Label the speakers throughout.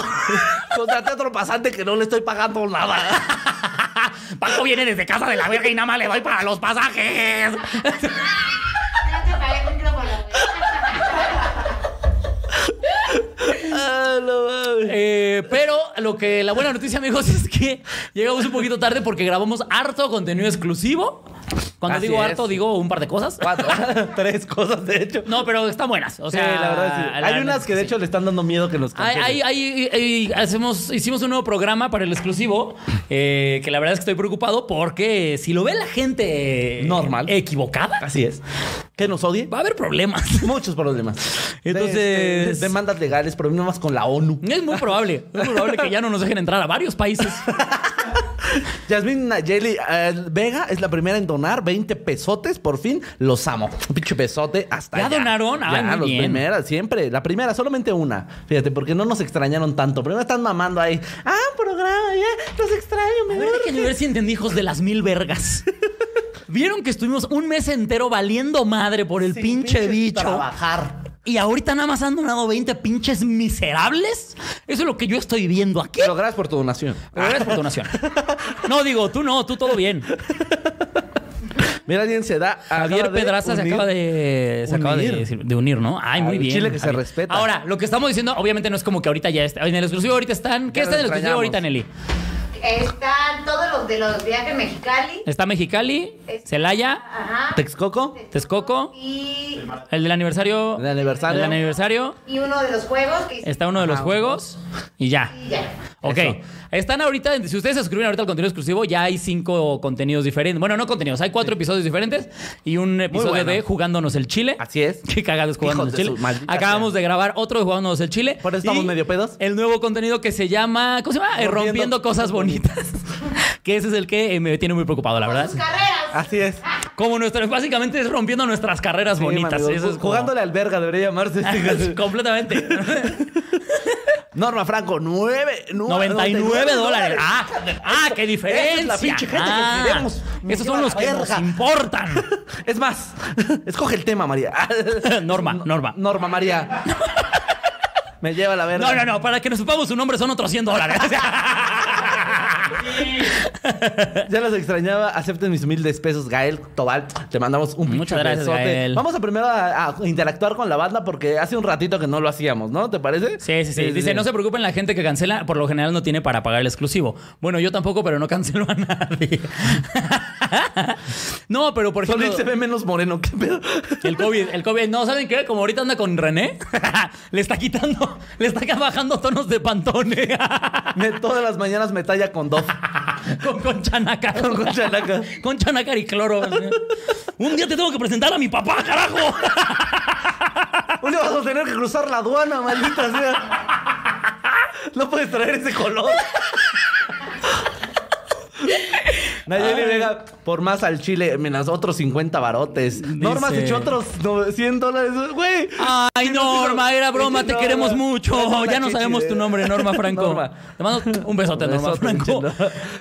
Speaker 1: Contraté a otro pasante que no le estoy pagando nada.
Speaker 2: Paco viene desde casa de la verga y nada más le doy para los pasajes.
Speaker 3: No te pagué el micrófono, güey.
Speaker 2: Eh, pero lo que la buena noticia, amigos, es que llegamos un poquito tarde porque grabamos harto contenido exclusivo. Cuando
Speaker 1: Así
Speaker 2: digo
Speaker 1: es.
Speaker 2: harto, digo un par de cosas.
Speaker 1: Cuatro, tres cosas, de hecho.
Speaker 2: No, pero están buenas. O
Speaker 1: Sí,
Speaker 2: sea,
Speaker 1: la verdad sí.
Speaker 2: Ah, la
Speaker 1: Hay unas
Speaker 2: neta,
Speaker 1: que de
Speaker 2: sí.
Speaker 1: hecho le están dando miedo que nos
Speaker 2: Ay,
Speaker 1: cancelen.
Speaker 2: ay, ay, ay, ay, hacemos, hicimos un nuevo programa para el exclusivo, eh, que la verdad es que estoy preocupado porque si lo ve la gente eh,
Speaker 1: Normal.
Speaker 2: equivocada,
Speaker 1: Así es. Que nos odie.
Speaker 2: va a haber problemas.
Speaker 1: Muchos problemas.
Speaker 2: Entonces-
Speaker 1: De- de- demandas legales, problemas con la ONU.
Speaker 2: Es muy probable, es muy probable que ya no nos dejen entrar a varios países.
Speaker 1: Yasmin Nayeli eh, Vega es la primera en donar 20 pesotes. Por fin los amo. Un pinche pesote hasta
Speaker 2: ¿Ya
Speaker 1: allá.
Speaker 2: donaron? Ay,
Speaker 1: ya,
Speaker 2: muy
Speaker 1: los
Speaker 2: bien.
Speaker 1: primeras, siempre. La primera, solamente una. Fíjate, porque no nos extrañaron tanto. Primero están mamando ahí. Ah, programa, ya. Los extraño, me
Speaker 2: A ver,
Speaker 1: urge".
Speaker 2: déjenme ver si entendí, hijos de las mil vergas. Vieron que estuvimos un mes entero valiendo madre por el
Speaker 1: Sí,
Speaker 2: pinche, bicho.
Speaker 1: Trabajar.
Speaker 2: Y ahorita nada más han donado 20 pinches miserables. Eso es lo que yo estoy viendo aquí.
Speaker 1: Pero gracias por tu donación.
Speaker 2: Pero gracias por tu donación. No, digo, tú no, tú todo bien.
Speaker 1: Mira, alguien se da.
Speaker 2: Javier
Speaker 1: acaba de
Speaker 2: Pedraza se
Speaker 1: unir.
Speaker 2: acaba de. Se acaba de,
Speaker 1: Unir.
Speaker 2: de unir, ¿no? Ay, muy
Speaker 1: Al
Speaker 2: bien.
Speaker 1: chile que se
Speaker 2: Javier.
Speaker 1: respeta.
Speaker 2: Ahora, lo que estamos diciendo, obviamente, no es como que ahorita ya está. En el exclusivo ahorita están. ¿Qué
Speaker 1: Ya
Speaker 2: está en el
Speaker 1: lo
Speaker 2: exclusivo ahorita,
Speaker 1: extrañamos.
Speaker 2: Nelly?
Speaker 3: Están todos los de los viajes Mexicali.
Speaker 2: Está Mexicali, Celaya,
Speaker 3: Ajá.
Speaker 1: Texcoco.
Speaker 2: Texcoco,
Speaker 3: Y,
Speaker 2: el del aniversario.
Speaker 1: El del aniversario.
Speaker 2: El del aniversario.
Speaker 3: y uno de los juegos que
Speaker 2: Está uno de los
Speaker 1: Ajá,
Speaker 2: juegos y ya.
Speaker 3: Y ya.
Speaker 2: Ok.
Speaker 1: Eso.
Speaker 2: Están ahorita, si ustedes se suscriben ahorita al contenido exclusivo, ya hay cinco contenidos diferentes. Bueno, no contenidos, hay cuatro episodios diferentes y un episodio
Speaker 1: bueno.
Speaker 2: de Jugándonos el Chile.
Speaker 1: Así es.
Speaker 2: Qué cagados jugándonos
Speaker 1: Hijos de
Speaker 2: el Chile.
Speaker 1: su maldita
Speaker 2: Acabamos
Speaker 1: sea.
Speaker 2: de grabar otro de Jugándonos el Chile.
Speaker 1: Por eso estamos
Speaker 2: Y
Speaker 1: medio pedos.
Speaker 2: El nuevo contenido que se llama, ¿cómo se llama? Eh, Rompiendo,
Speaker 1: Rompiendo
Speaker 2: cosas
Speaker 1: cosas
Speaker 2: bonitas. que ese es el que eh, me tiene muy preocupado, la verdad.
Speaker 3: Sus carreras.
Speaker 1: Así es.
Speaker 2: Como nuestras, básicamente es rompiendo nuestras carreras
Speaker 1: Sí,
Speaker 2: bonitas.
Speaker 1: amigo,
Speaker 2: Eso es como-
Speaker 1: Jugándole a alberga, debería llamarse. este.
Speaker 2: completamente.
Speaker 1: Norma Franco, 9,
Speaker 2: 99 dólares. Ah, ah, qué diferencia.
Speaker 1: Esa es la pinche gente que
Speaker 2: Ah,
Speaker 1: queremos. Me
Speaker 2: Esos
Speaker 1: lleva
Speaker 2: son
Speaker 1: la
Speaker 2: los que nos
Speaker 1: verga.
Speaker 2: importan.
Speaker 1: Es más, escoge el tema, María.
Speaker 2: Norma, Norma.
Speaker 1: Norma María. Me lleva la verga.
Speaker 2: No, no, no, para que nos supamos su nombre son otros 100 dólares.
Speaker 1: Ya los extrañaba. Acepten mis humildes pesos, Gael Tobal. Te mandamos un
Speaker 2: Muchas
Speaker 1: pinche
Speaker 2: gracias,
Speaker 1: besote.
Speaker 2: Gael.
Speaker 1: Vamos a primero a, a interactuar con la banda porque hace un ratito que no lo hacíamos, ¿no? ¿Te parece?
Speaker 2: Sí, sí, sí. Dice, no se preocupen, la gente que cancela, por lo general no tiene para pagar el exclusivo. Bueno, yo tampoco, pero no cancelo a nadie. no, pero por ejemplo,
Speaker 1: Solín se ve menos moreno, qué pedo.
Speaker 2: el COVID, el COVID, no, ¿saben qué? Como ahorita anda con René, le está quitando, le está bajando tonos de pantone
Speaker 1: Me- todas las mañanas me talla con dos.
Speaker 2: con, con chanaca.
Speaker 1: Con- con chanaca.
Speaker 2: Con chanaca y cloro. Un día te tengo que presentar a mi papá, carajo.
Speaker 1: Un día vas a tener que cruzar la aduana, maldita sea. No puedes traer ese color. Nayeli Vega, por más al chile, menos otros 50 barotes. Norma se
Speaker 2: Dice- Ah,
Speaker 1: echó otros 100 dólares, güey.
Speaker 2: Ay, Norma, era broma, te
Speaker 1: Norma.
Speaker 2: queremos mucho.
Speaker 1: Norma
Speaker 2: Ya no
Speaker 1: Chichi.
Speaker 2: sabemos tu nombre, Norma Franco.
Speaker 1: Norma.
Speaker 2: Te mando un besote,
Speaker 1: Un
Speaker 2: Norma
Speaker 1: besote,
Speaker 2: Franco.
Speaker 1: Norma.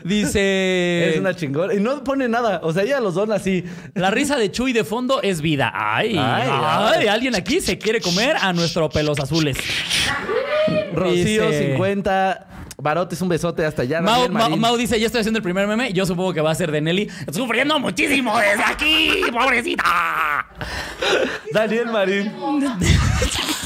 Speaker 2: Dice.
Speaker 1: Es una chingona. Y no pone nada. O sea, ella los dona así.
Speaker 2: La risa de Chuy de fondo es vida. Ay, ay,
Speaker 1: Ay, ay.
Speaker 2: alguien aquí se quiere comer a nuestro pelos azules.
Speaker 1: Rocío,
Speaker 2: Dice-
Speaker 1: 50 barotes, un besote hasta allá.
Speaker 2: Mau,
Speaker 1: Daniel
Speaker 2: Mau-
Speaker 1: Marín.
Speaker 2: Mau dice, ya estoy haciendo el primer meme. Yo supongo que va a ser de Nelly. Sufriendo muchísimo eh. desde aquí, pobrecita.
Speaker 1: Daniel Marín.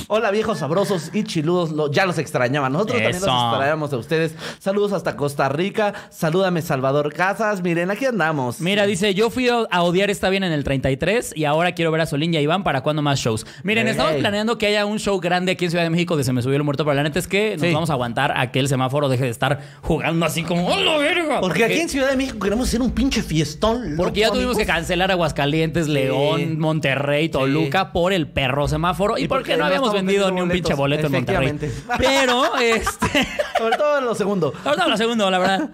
Speaker 1: Hola viejos sabrosos y chiludos, lo- ya los extrañaba. Nosotros
Speaker 2: Eso.
Speaker 1: también los extrañamos a ustedes. Saludos hasta Costa Rica. Salúdame Salvador Casas. Miren, aquí andamos.
Speaker 2: Mira, dice, yo fui a a odiar está bien en el 33 y ahora quiero ver a Solín y a Iván para cuándo más shows. Miren,
Speaker 1: Ey.
Speaker 2: estamos planeando que haya un show grande aquí en Ciudad de México de Se me subió el muerto, pero la neta es que nos
Speaker 1: Sí.
Speaker 2: vamos a aguantar a que el semáforo deje de estar jugando así como... "¡A la verga!".
Speaker 1: Porque aquí en Ciudad de México queremos hacer un pinche fiestón.
Speaker 2: Porque ya tuvimos que cancelar Aguascalientes, León, Monterrey, Toluca por el perro semáforo. Y,
Speaker 1: Y
Speaker 2: porque,
Speaker 1: porque
Speaker 2: no
Speaker 1: no
Speaker 2: habíamos
Speaker 1: estamos
Speaker 2: vendido ni un
Speaker 1: vendiendo
Speaker 2: pinche boleto en Monterrey.
Speaker 1: Efectivamente.
Speaker 2: Pero, este.
Speaker 1: Sobre todo en lo segundo.
Speaker 2: Ahorita lo segundo, la verdad.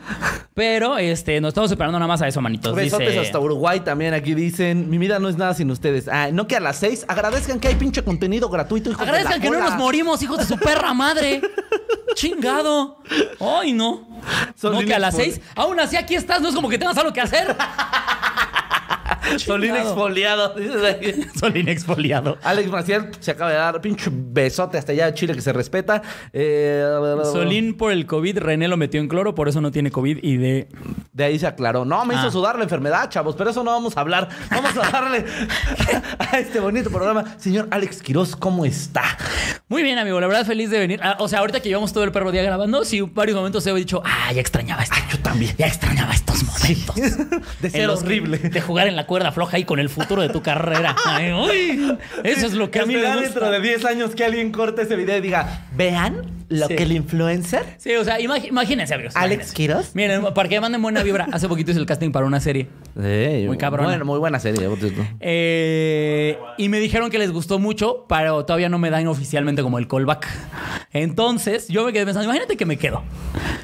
Speaker 2: Pero, este, nos estamos esperando nada más a eso, manitos.
Speaker 1: Besotes
Speaker 2: Dice-
Speaker 1: hasta Uruguay también. Aquí dicen, mi vida no es nada sin ustedes. Ah, no que a las seis agradezcan que hay pinche contenido gratuito. hijos de la
Speaker 2: Agradezcan que no
Speaker 1: cola.
Speaker 2: nos morimos, hijos de su perra madre. Chingado. Ay, no.
Speaker 1: Son
Speaker 2: no, que a
Speaker 1: líneas
Speaker 2: las
Speaker 1: por-
Speaker 2: seis. Aún así aquí estás, no es como que tengas algo que hacer.
Speaker 1: Solín
Speaker 2: Chingado.
Speaker 1: exfoliado. dices aquí.
Speaker 2: Solín exfoliado.
Speaker 1: Alex Maciel se acaba de dar pinche besote hasta allá de Chile que se respeta. Eh,
Speaker 2: Solín por el COVID, René lo metió en cloro, por eso no tiene COVID y de.
Speaker 1: De ahí se aclaró. No, me
Speaker 2: Ah.
Speaker 1: hizo sudar la enfermedad, chavos, pero eso no vamos a hablar. Vamos a darle a este bonito programa. Señor Alex Quiroz, ¿cómo está?
Speaker 2: Muy bien, amigo, la verdad feliz de venir. Ah, o sea, ahorita que llevamos todo el perro día grabando, sí, varios momentos he dicho, ah, ya extrañaba esto. yo también. Ya extrañaba estos momentos.
Speaker 1: De
Speaker 2: En
Speaker 1: ser
Speaker 2: los que-
Speaker 1: horrible.
Speaker 2: De jugar en la cuerda floja y con el futuro de tu carrera. Ay, uy, eso es lo que a mí me
Speaker 1: Esperar
Speaker 2: gusta.
Speaker 1: dentro de 10 años que alguien corte ese video y diga, vean lo
Speaker 2: Sí.
Speaker 1: que el influencer.
Speaker 2: Sí, o sea, imag- imagínense, amigos.
Speaker 1: ¿Alex
Speaker 2: imagínense.
Speaker 1: Quiroz?
Speaker 2: Miren, para que manden buena vibra. Hace poquito hice el casting para una serie. Muy cabrona.
Speaker 1: Bueno, muy buena serie. por cierto.
Speaker 2: Eh, y me dijeron que les gustó mucho, pero todavía no me dan oficialmente como el callback. Entonces, yo me quedé pensando, imagínate que me quedo.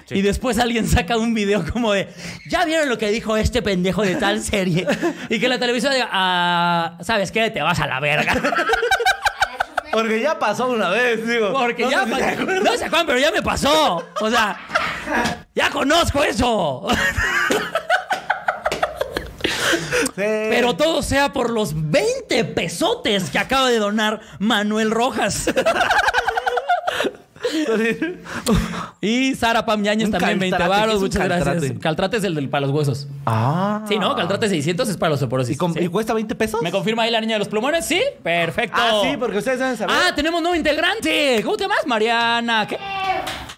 Speaker 2: Y después alguien saca un video como de, ya vieron lo que dijo este pendejo de tal serie. y que la televisión diga, ah, ¿sabes qué? Te vas a la verga.
Speaker 1: Porque ya pasó una vez, digo.
Speaker 2: Porque
Speaker 1: No
Speaker 2: ya
Speaker 1: sé si
Speaker 2: pa-
Speaker 1: te acuerdas.
Speaker 2: No se acuerdan, pero ya me pasó. O sea, ya conozco eso.
Speaker 1: Sí.
Speaker 2: Pero todo sea por los 20 pesotes que acaba de donar Manuel Rojas. y Sara Pam Yáñez
Speaker 1: Un
Speaker 2: también, 20
Speaker 1: caltrate, ¿qué
Speaker 2: varos,
Speaker 1: es un
Speaker 2: muchas gracias.
Speaker 1: caltrate?
Speaker 2: Caltrate es el del, para los huesos.
Speaker 1: Ah.
Speaker 2: Sí, ¿no? Caltrate 600 es para los osteoporosis.
Speaker 1: ¿Y, con-
Speaker 2: ¿sí?
Speaker 1: y cuesta 20 pesos?
Speaker 2: ¿Me confirma ahí la niña de los plumones? Sí, perfecto.
Speaker 1: Ah, sí, porque ustedes deben saber.
Speaker 2: Ah, tenemos nuevo integrante. ¿Cómo te llamas? Mariana. ¿Qué?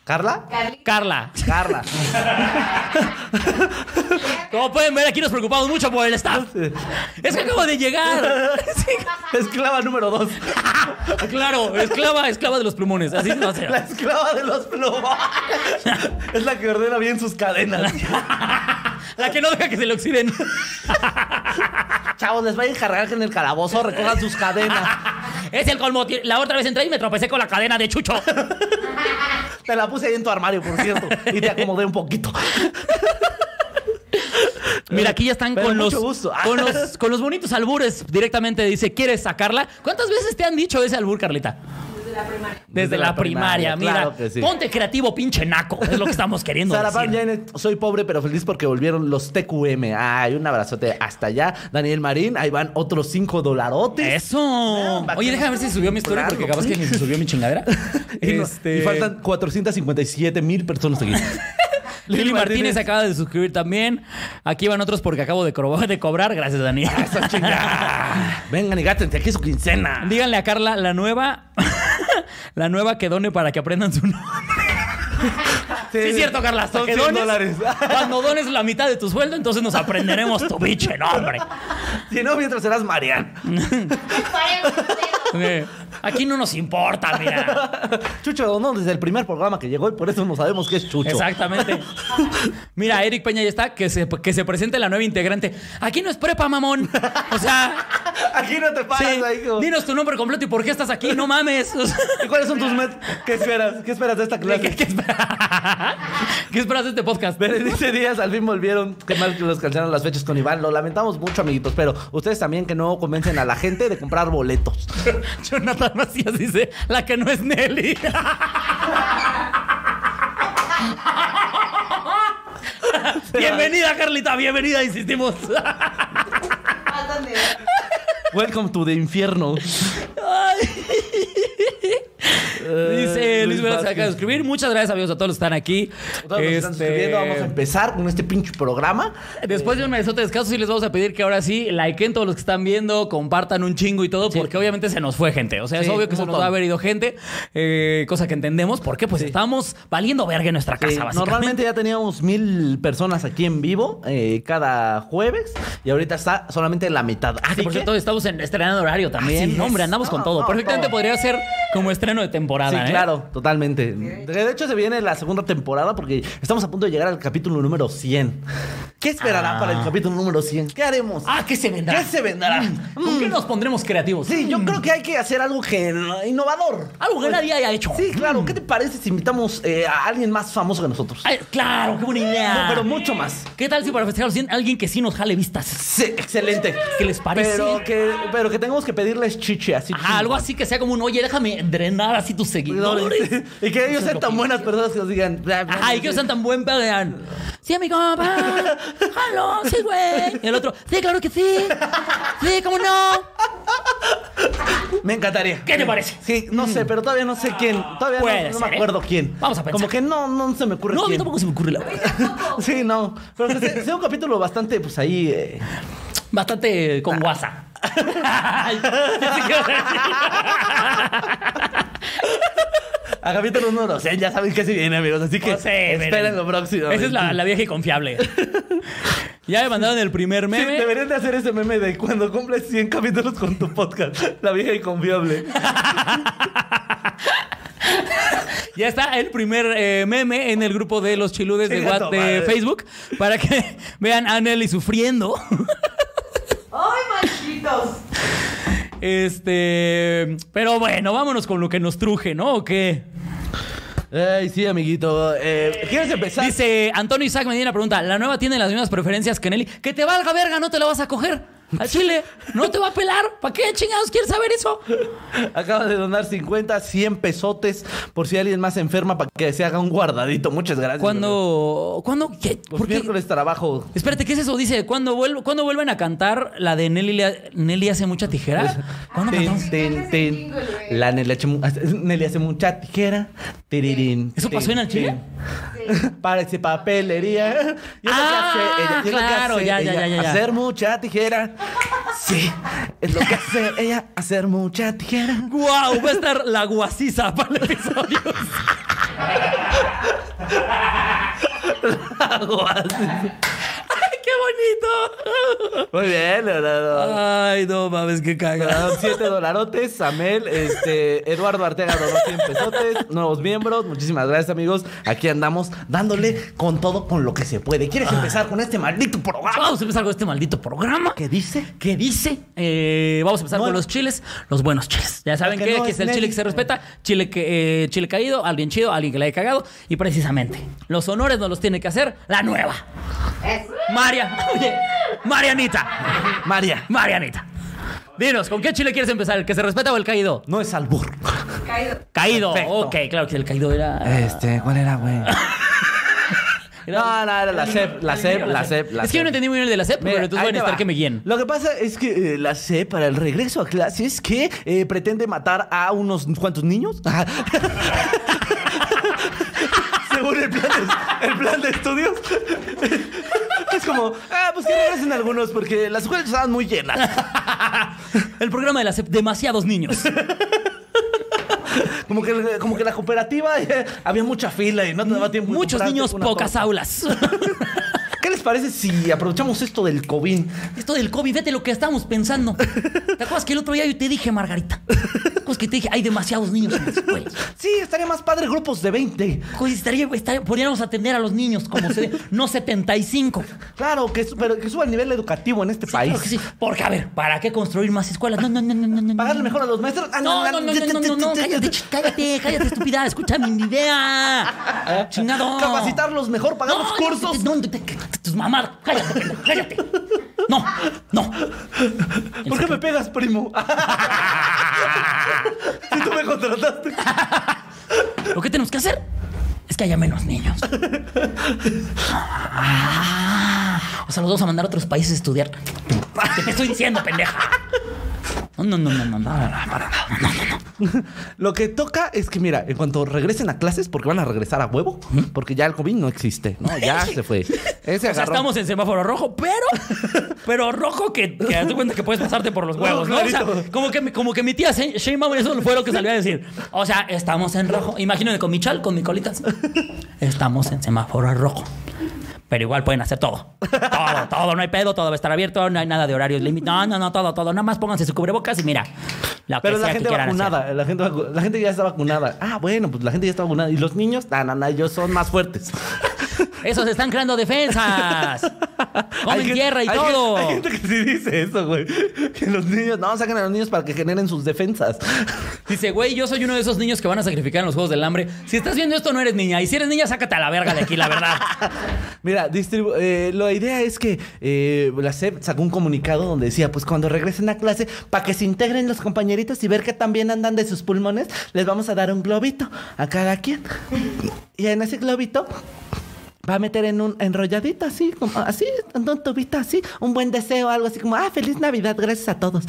Speaker 1: ¿Carla?
Speaker 2: Carla.
Speaker 1: Carla.
Speaker 2: Como pueden ver, aquí nos preocupamos mucho por el staff. Es que acabo de llegar. Sí,
Speaker 1: Esclava número dos.
Speaker 2: claro, esclava, esclava de los plumones. Así no
Speaker 1: La esclava de los plomos. Es la que ordena bien sus cadenas.
Speaker 2: La que no deja que se le oxiden.
Speaker 1: Chavos, les va a encargar que en el calabozo recojan sus cadenas.
Speaker 2: Es el colmo. La otra vez entré y me tropecé con la cadena de Chucho.
Speaker 1: Te la puse ahí en tu armario, por cierto. Y te acomodé un poquito.
Speaker 2: Mira, aquí ya están
Speaker 1: Pero
Speaker 2: con los,
Speaker 1: mucho gusto.
Speaker 2: con los con los bonitos albures directamente. Dice, ¿quieres sacarla? ¿Cuántas veces te han dicho ese albur, Carlita? Desde la primaria. Desde la primaria,
Speaker 1: claro
Speaker 2: mira.
Speaker 1: que sí.
Speaker 2: Ponte creativo, pinche naco. Es lo que estamos queriendo
Speaker 1: Sara Pan
Speaker 2: decir.
Speaker 1: Janet, soy pobre pero feliz porque volvieron los TQM. Ay, un abrazote hasta allá. Daniel Marín, ahí van otros 5 dolarotes.
Speaker 2: Eso.
Speaker 1: para
Speaker 2: Oye,
Speaker 1: que
Speaker 2: déjame
Speaker 1: no-
Speaker 2: ver si subió mi historia
Speaker 1: Claro,
Speaker 2: porque capaz que
Speaker 1: pues.
Speaker 2: ni se subió mi chingadera.
Speaker 1: Y, no-
Speaker 2: Este-
Speaker 1: y faltan 457 mil personas aquí.
Speaker 2: Lili,
Speaker 1: Lili
Speaker 2: Martínez.
Speaker 1: Martínez.
Speaker 2: acaba de suscribir también. Aquí van otros porque acabo de, cobrar- de cobrar. Gracias, Daniel.
Speaker 1: Vengan y gátense aquí su quincena.
Speaker 2: Díganle a Carla la nueva. la nueva que done para que aprendan su nombre. Sí, es cierto, Carla. hasta
Speaker 1: Son
Speaker 2: que
Speaker 1: 100
Speaker 2: dones,
Speaker 1: dólares.
Speaker 2: Cuando dones la mitad de tu sueldo, entonces nos aprenderemos tu biche nombre.
Speaker 1: Si no, mientras serás Marian.
Speaker 3: Paren ustedes.
Speaker 2: Eh, Aquí no nos importa, mira.
Speaker 1: Chucho Donón desde el primer programa que llegó y por eso no sabemos qué es Chucho.
Speaker 2: Exactamente. Mira, Eric Peña ya está, que se, que se presente la nueva integrante. Aquí no es prepa, mamón. O sea,
Speaker 1: Aquí no te
Speaker 2: sí,
Speaker 1: paras, ahí como-
Speaker 2: dinos tu nombre completo y por qué estás aquí, no mames. O sea,
Speaker 1: ¿Y cuáles son tus metas? ¿Qué esperas? ¿Qué esperas de esta clase?
Speaker 2: ¿qué, qué espera- ¿Qué esperas de este podcast?
Speaker 1: Berenice Díaz, al fin volvieron. Qué mal que los cancelaron las fechas con Iván. Lo lamentamos mucho, amiguitos. Pero ustedes también que no convencen a la gente de comprar boletos.
Speaker 2: Jonathan Macías dice, la que no es Nelly. bienvenida, Carlita, bienvenida, insistimos.
Speaker 3: Faltan de-
Speaker 1: Welcome to the infierno.
Speaker 2: Dice
Speaker 1: Eh,
Speaker 2: Luis
Speaker 1: Luis
Speaker 2: Velasco acaba de
Speaker 1: Vázquez.
Speaker 2: escribir. Muchas gracias, amigos, a todos los que están aquí.
Speaker 1: Todos los que están
Speaker 2: Este,
Speaker 1: suscribiendo, vamos a empezar con este pinche programa.
Speaker 2: Después de un mesote de descanso, sí les vamos a pedir que ahora sí likeen todos los que están viendo, compartan un chingo y todo, porque obviamente se nos fue gente. O sea, es
Speaker 1: Sí,
Speaker 2: obvio que
Speaker 1: un
Speaker 2: se nos
Speaker 1: montón.
Speaker 2: va a haber ido gente, eh, cosa que entendemos, porque pues estamos valiendo verga en nuestra casa,
Speaker 1: Eh,
Speaker 2: básicamente.
Speaker 1: normalmente ya teníamos mil personas aquí en vivo eh, cada jueves y ahorita está solamente la mitad.
Speaker 2: Ah, que
Speaker 1: Así
Speaker 2: por
Speaker 1: que-
Speaker 2: cierto, estamos en estrenando horario también.
Speaker 1: Así
Speaker 2: No, hombre,
Speaker 1: es.
Speaker 2: andamos con
Speaker 1: No,
Speaker 2: todo.
Speaker 1: no,
Speaker 2: Perfectamente
Speaker 1: todo.
Speaker 2: podría ser como estreno de temporada,
Speaker 1: Sí,
Speaker 2: ¿eh?
Speaker 1: claro, totalmente. De hecho, se viene la segunda temporada porque estamos a punto de llegar al capítulo número 100. ¿Qué esperará
Speaker 2: Ah.
Speaker 1: para el capítulo número 100? ¿Qué haremos?
Speaker 2: Ah, ¿qué se vendrá?
Speaker 1: ¿Qué se vendrá?
Speaker 2: Mm, ¿Con qué nos pondremos creativos?
Speaker 1: Sí, yo
Speaker 2: Mm, Ah,
Speaker 1: creo que hay que hacer algo que, innovador.
Speaker 2: Algo que nadie haya hecho. Mm.
Speaker 1: Sí, claro. ¿Qué te parece si invitamos eh, a alguien más famoso que nosotros?
Speaker 2: Ay, claro, qué buena idea.
Speaker 1: No, pero mucho más.
Speaker 2: ¿Qué tal si para festejar los 100 alguien que sí nos jale vistas?
Speaker 1: Sí, excelente.
Speaker 2: ¿Qué les parece?
Speaker 1: Pero que, pero que tengamos que pedirles chiche así.
Speaker 2: Ajá, algo así que sea como un, oye, déjame drenar así tus seguidores.
Speaker 1: Y que
Speaker 2: Eso
Speaker 1: ellos
Speaker 2: es
Speaker 1: sean
Speaker 2: lo
Speaker 1: tan
Speaker 2: que-
Speaker 1: buenas personas que nos digan. "Ah,
Speaker 2: Ajá, y que no sean tan buen pedo. digan, Sí, amigo, va. Jalo, sí, güey. Y el otro, sí, claro que sí. Sí, cómo no.
Speaker 1: Me encantaría.
Speaker 2: ¿Qué te parece? Mm.
Speaker 1: Sí, no sé, pero todavía no sé quién. Todavía no-
Speaker 2: Puede
Speaker 1: no,
Speaker 2: ser,
Speaker 1: me
Speaker 2: ¿eh?
Speaker 1: acuerdo quién.
Speaker 2: Vamos a pensar.
Speaker 1: Como que no, no se me ocurre
Speaker 2: No, a mí
Speaker 1: quién.
Speaker 2: tampoco se me ocurre la verdad.
Speaker 1: Sí, no. Pero que sea, sea un capítulo bastante, pues ahí. eh,
Speaker 2: Bastante con guasa. Ay, pensé que iba a
Speaker 1: a capítulo número 100, ya saben que se viene, amigos. Así que
Speaker 2: decir, no sé,
Speaker 1: esperen
Speaker 2: pero-
Speaker 1: lo próximo.
Speaker 2: Esa es la, la vieja y confiable. ya me mandaron el primer
Speaker 1: Sí,
Speaker 2: meme.
Speaker 1: deberían de hacer ese meme de cuando cumples 100 capítulos con tu podcast. La vieja y confiable.
Speaker 2: Ya está el primer eh, meme en el grupo de los chiludes de,
Speaker 1: Chinga tu
Speaker 2: What- de
Speaker 1: madre.
Speaker 2: Facebook para que vean a Nelly sufriendo.
Speaker 3: ¡Ay, machitos!
Speaker 2: Este, pero bueno, vámonos con lo que nos truje, ¿no? ¿O qué?
Speaker 1: Ay, sí, amiguito. eh, ¿Quieres empezar?
Speaker 2: Dice Antonio Isaac Medina pregunta, ¿la nueva tiene las mismas preferencias que Nelly? Que te valga verga, no te la vas a coger. Al chile, no te va a pelar. ¿Para qué chingados quieres saber eso?
Speaker 1: Acaba de donar 50, 100 pesotes por si alguien más se enferma para que se haga un guardadito. Muchas gracias.
Speaker 2: Cuando, cuando, ¿qué?
Speaker 1: Los
Speaker 2: ¿Por qué?
Speaker 1: miércoles trabajo.
Speaker 2: Espérate, ¿qué es eso? Dice, ¿cuándo, vuelvo, ¿cuándo vuelven a cantar la de Nelly, le- Nelly hace mucha tijera? ¿Cuándo
Speaker 1: Ten,
Speaker 2: cantamos?
Speaker 1: ten, ten. La Nelly hace, mu- Nelly hace mucha tijera. Tirirín,
Speaker 2: ¿Eso pasó en el
Speaker 1: tin,
Speaker 2: Chile?
Speaker 1: tin. Parece papelería. Y es lo que
Speaker 2: Ah,
Speaker 1: hace ella, y es lo que
Speaker 2: claro,
Speaker 1: hace
Speaker 2: ya, ya, ya,
Speaker 1: ella,
Speaker 2: ya, ya.
Speaker 1: Hacer mucha tijera. Sí, es lo que hace ella. Hacer mucha tijera.
Speaker 2: ¡Guau! va a estar la guasiza para el episodio. ¡Ay, qué bonito!
Speaker 1: Muy bien, Leonardo.
Speaker 2: Ay, no mames, qué cagada.
Speaker 1: Donaron 7 dolarotes, Samel, este, Eduardo Arteaga donó 100 pesotes, nuevos miembros, muchísimas gracias amigos, aquí andamos dándole con todo, con lo que se puede. ¿Quieres empezar con este maldito programa?
Speaker 2: Vamos a empezar con este maldito programa.
Speaker 1: ¿Qué dice?
Speaker 2: ¿Qué dice? Eh, vamos a empezar
Speaker 1: No
Speaker 2: con
Speaker 1: hay-
Speaker 2: los chiles, los buenos chiles. Ya saben
Speaker 1: Porque
Speaker 2: que
Speaker 1: no
Speaker 2: aquí
Speaker 1: es
Speaker 2: es el
Speaker 1: Nelly.
Speaker 2: chile que se respeta, chile que eh, chile caído, alguien chido, alguien que la haya cagado. Y precisamente, los honores nos los tiene que hacer la nueva.
Speaker 3: Es-
Speaker 2: María, oye, Marianita.
Speaker 1: María,
Speaker 2: Marianita. Dinos, ¿con qué chile quieres empezar? ¿El que se respeta o el caído?
Speaker 1: no es albur.
Speaker 3: Caído.
Speaker 2: Caído.
Speaker 1: Perfecto.
Speaker 2: Ok, claro que el caído era.
Speaker 1: Este, ¿cuál era, güey?
Speaker 2: era-
Speaker 1: No, no, era la CEP, la CEP, la CEP, la E
Speaker 2: es que yo no
Speaker 1: CEP.
Speaker 2: entendí muy bien el de la CEP,
Speaker 1: Mira,
Speaker 2: pero entonces
Speaker 1: ahí
Speaker 2: voy a
Speaker 1: te
Speaker 2: necesitar
Speaker 1: va.
Speaker 2: que me guíen.
Speaker 1: Lo que pasa es que eh, la C para el regreso a clases que eh, pretende matar a unos cuantos niños. Según según el plan de, el plan de estudios. Es como, ah, pues que regresen algunos porque las escuelas estaban muy llenas.
Speaker 2: El programa de la SEP, demasiados niños.
Speaker 1: Como que, como que la cooperativa eh, había mucha fila y no te daba tiempo. de
Speaker 2: Muchos
Speaker 1: comprarte
Speaker 2: niños,
Speaker 1: una
Speaker 2: pocas
Speaker 1: torta.
Speaker 2: aulas.
Speaker 1: ¿Qué les parece si aprovechamos esto del COVID?
Speaker 2: Esto del COVID, vete lo que estábamos pensando. ¿Te acuerdas que el otro día yo te dije, Margarita? ¿Te acuerdas que te dije, hay demasiados niños en las escuelas?
Speaker 1: Sí, estaría más padre grupos de 20.
Speaker 2: Pues estaría, estaría- podríamos atender a los niños como se ve, no 75.
Speaker 1: Claro, que, su- pero que suba el nivel educativo en este país.
Speaker 2: Claro que sí. Porque, a ver, ¿para qué construir más escuelas? No, no, no, no, no. no,
Speaker 1: Pagarle
Speaker 2: no.
Speaker 1: mejor a los maestros. Ah,
Speaker 2: No, no, no, no, no, no, no, cállate, ch- cállate, cállate, estúpida, escucha mi idea. Chingado.
Speaker 1: Capacitarlos mejor, pagar los
Speaker 2: no,
Speaker 1: cursos.
Speaker 2: No, no, te- te- tus mamadas, cállate, pendejo, cállate. No, no.
Speaker 1: ¿Por qué me pegas, primo? si tú me contrataste.
Speaker 2: Lo que tenemos que hacer es que haya menos niños. Ah, o sea, los vamos a mandar a otros países a estudiar. ¿Qué te estoy diciendo, pendeja? No, no, no, no, no, no, no, no, no, no, no.
Speaker 1: Lo que toca es que, mira, en cuanto regresen a clases, porque van a regresar a huevo, porque ya el COVID no existe, ¿no? Ya se fue. Ese
Speaker 2: ¿Mm? O sea,
Speaker 1: agarró.
Speaker 2: estamos en semáforo rojo, pero, pero rojo que, que te cuenta que puedes pasarte por los huevos, ¿no? O sea,
Speaker 1: clarito.
Speaker 2: como que, mi- como que mi tía Shane- Shane Bauer, eso fue lo que salió a decir. O sea, estamos en rojo. Imagínate con mi chal, con mi colitas. Estamos en semáforo rojo. Pero igual pueden hacer todo. Todo, todo. No hay pedo, todo va a estar abierto, no hay nada de horarios límite. No, no, no, todo, todo. Nada más pónganse su cubrebocas y mira. la que
Speaker 1: Pero
Speaker 2: sea
Speaker 1: la
Speaker 2: que
Speaker 1: gente
Speaker 2: quieran hacer.
Speaker 1: vacunada, la gente, vacu- la gente ya está vacunada. Ah, bueno, pues la gente ya está vacunada. Y los niños, nah, nah, nah, ellos son más fuertes.
Speaker 2: Esos están creando defensas.
Speaker 1: Hay
Speaker 2: Comen
Speaker 1: gente-
Speaker 2: tierra y
Speaker 1: hay gente-
Speaker 2: todo.
Speaker 1: hay gente que sí dice eso, güey. Que los niños, no, sacan a los niños para que generen sus defensas.
Speaker 2: Dice, güey, yo soy uno de esos niños que van a sacrificar en los Juegos del Hambre. Si estás viendo esto, no eres niña. Y si eres niña, sácate a la verga de aquí, la verdad.
Speaker 1: Mira, distribu- eh, la idea es que eh, la SEP sacó un comunicado donde decía, pues cuando regresen a clase, para que se integren los compañeritos y ver que también andan de sus pulmones, les vamos a dar un globito a cada quien. Y en ese globito va a meter en un enrolladito así, como así, en un tubito así, un buen deseo, algo así como, ah, feliz Navidad, gracias a todos.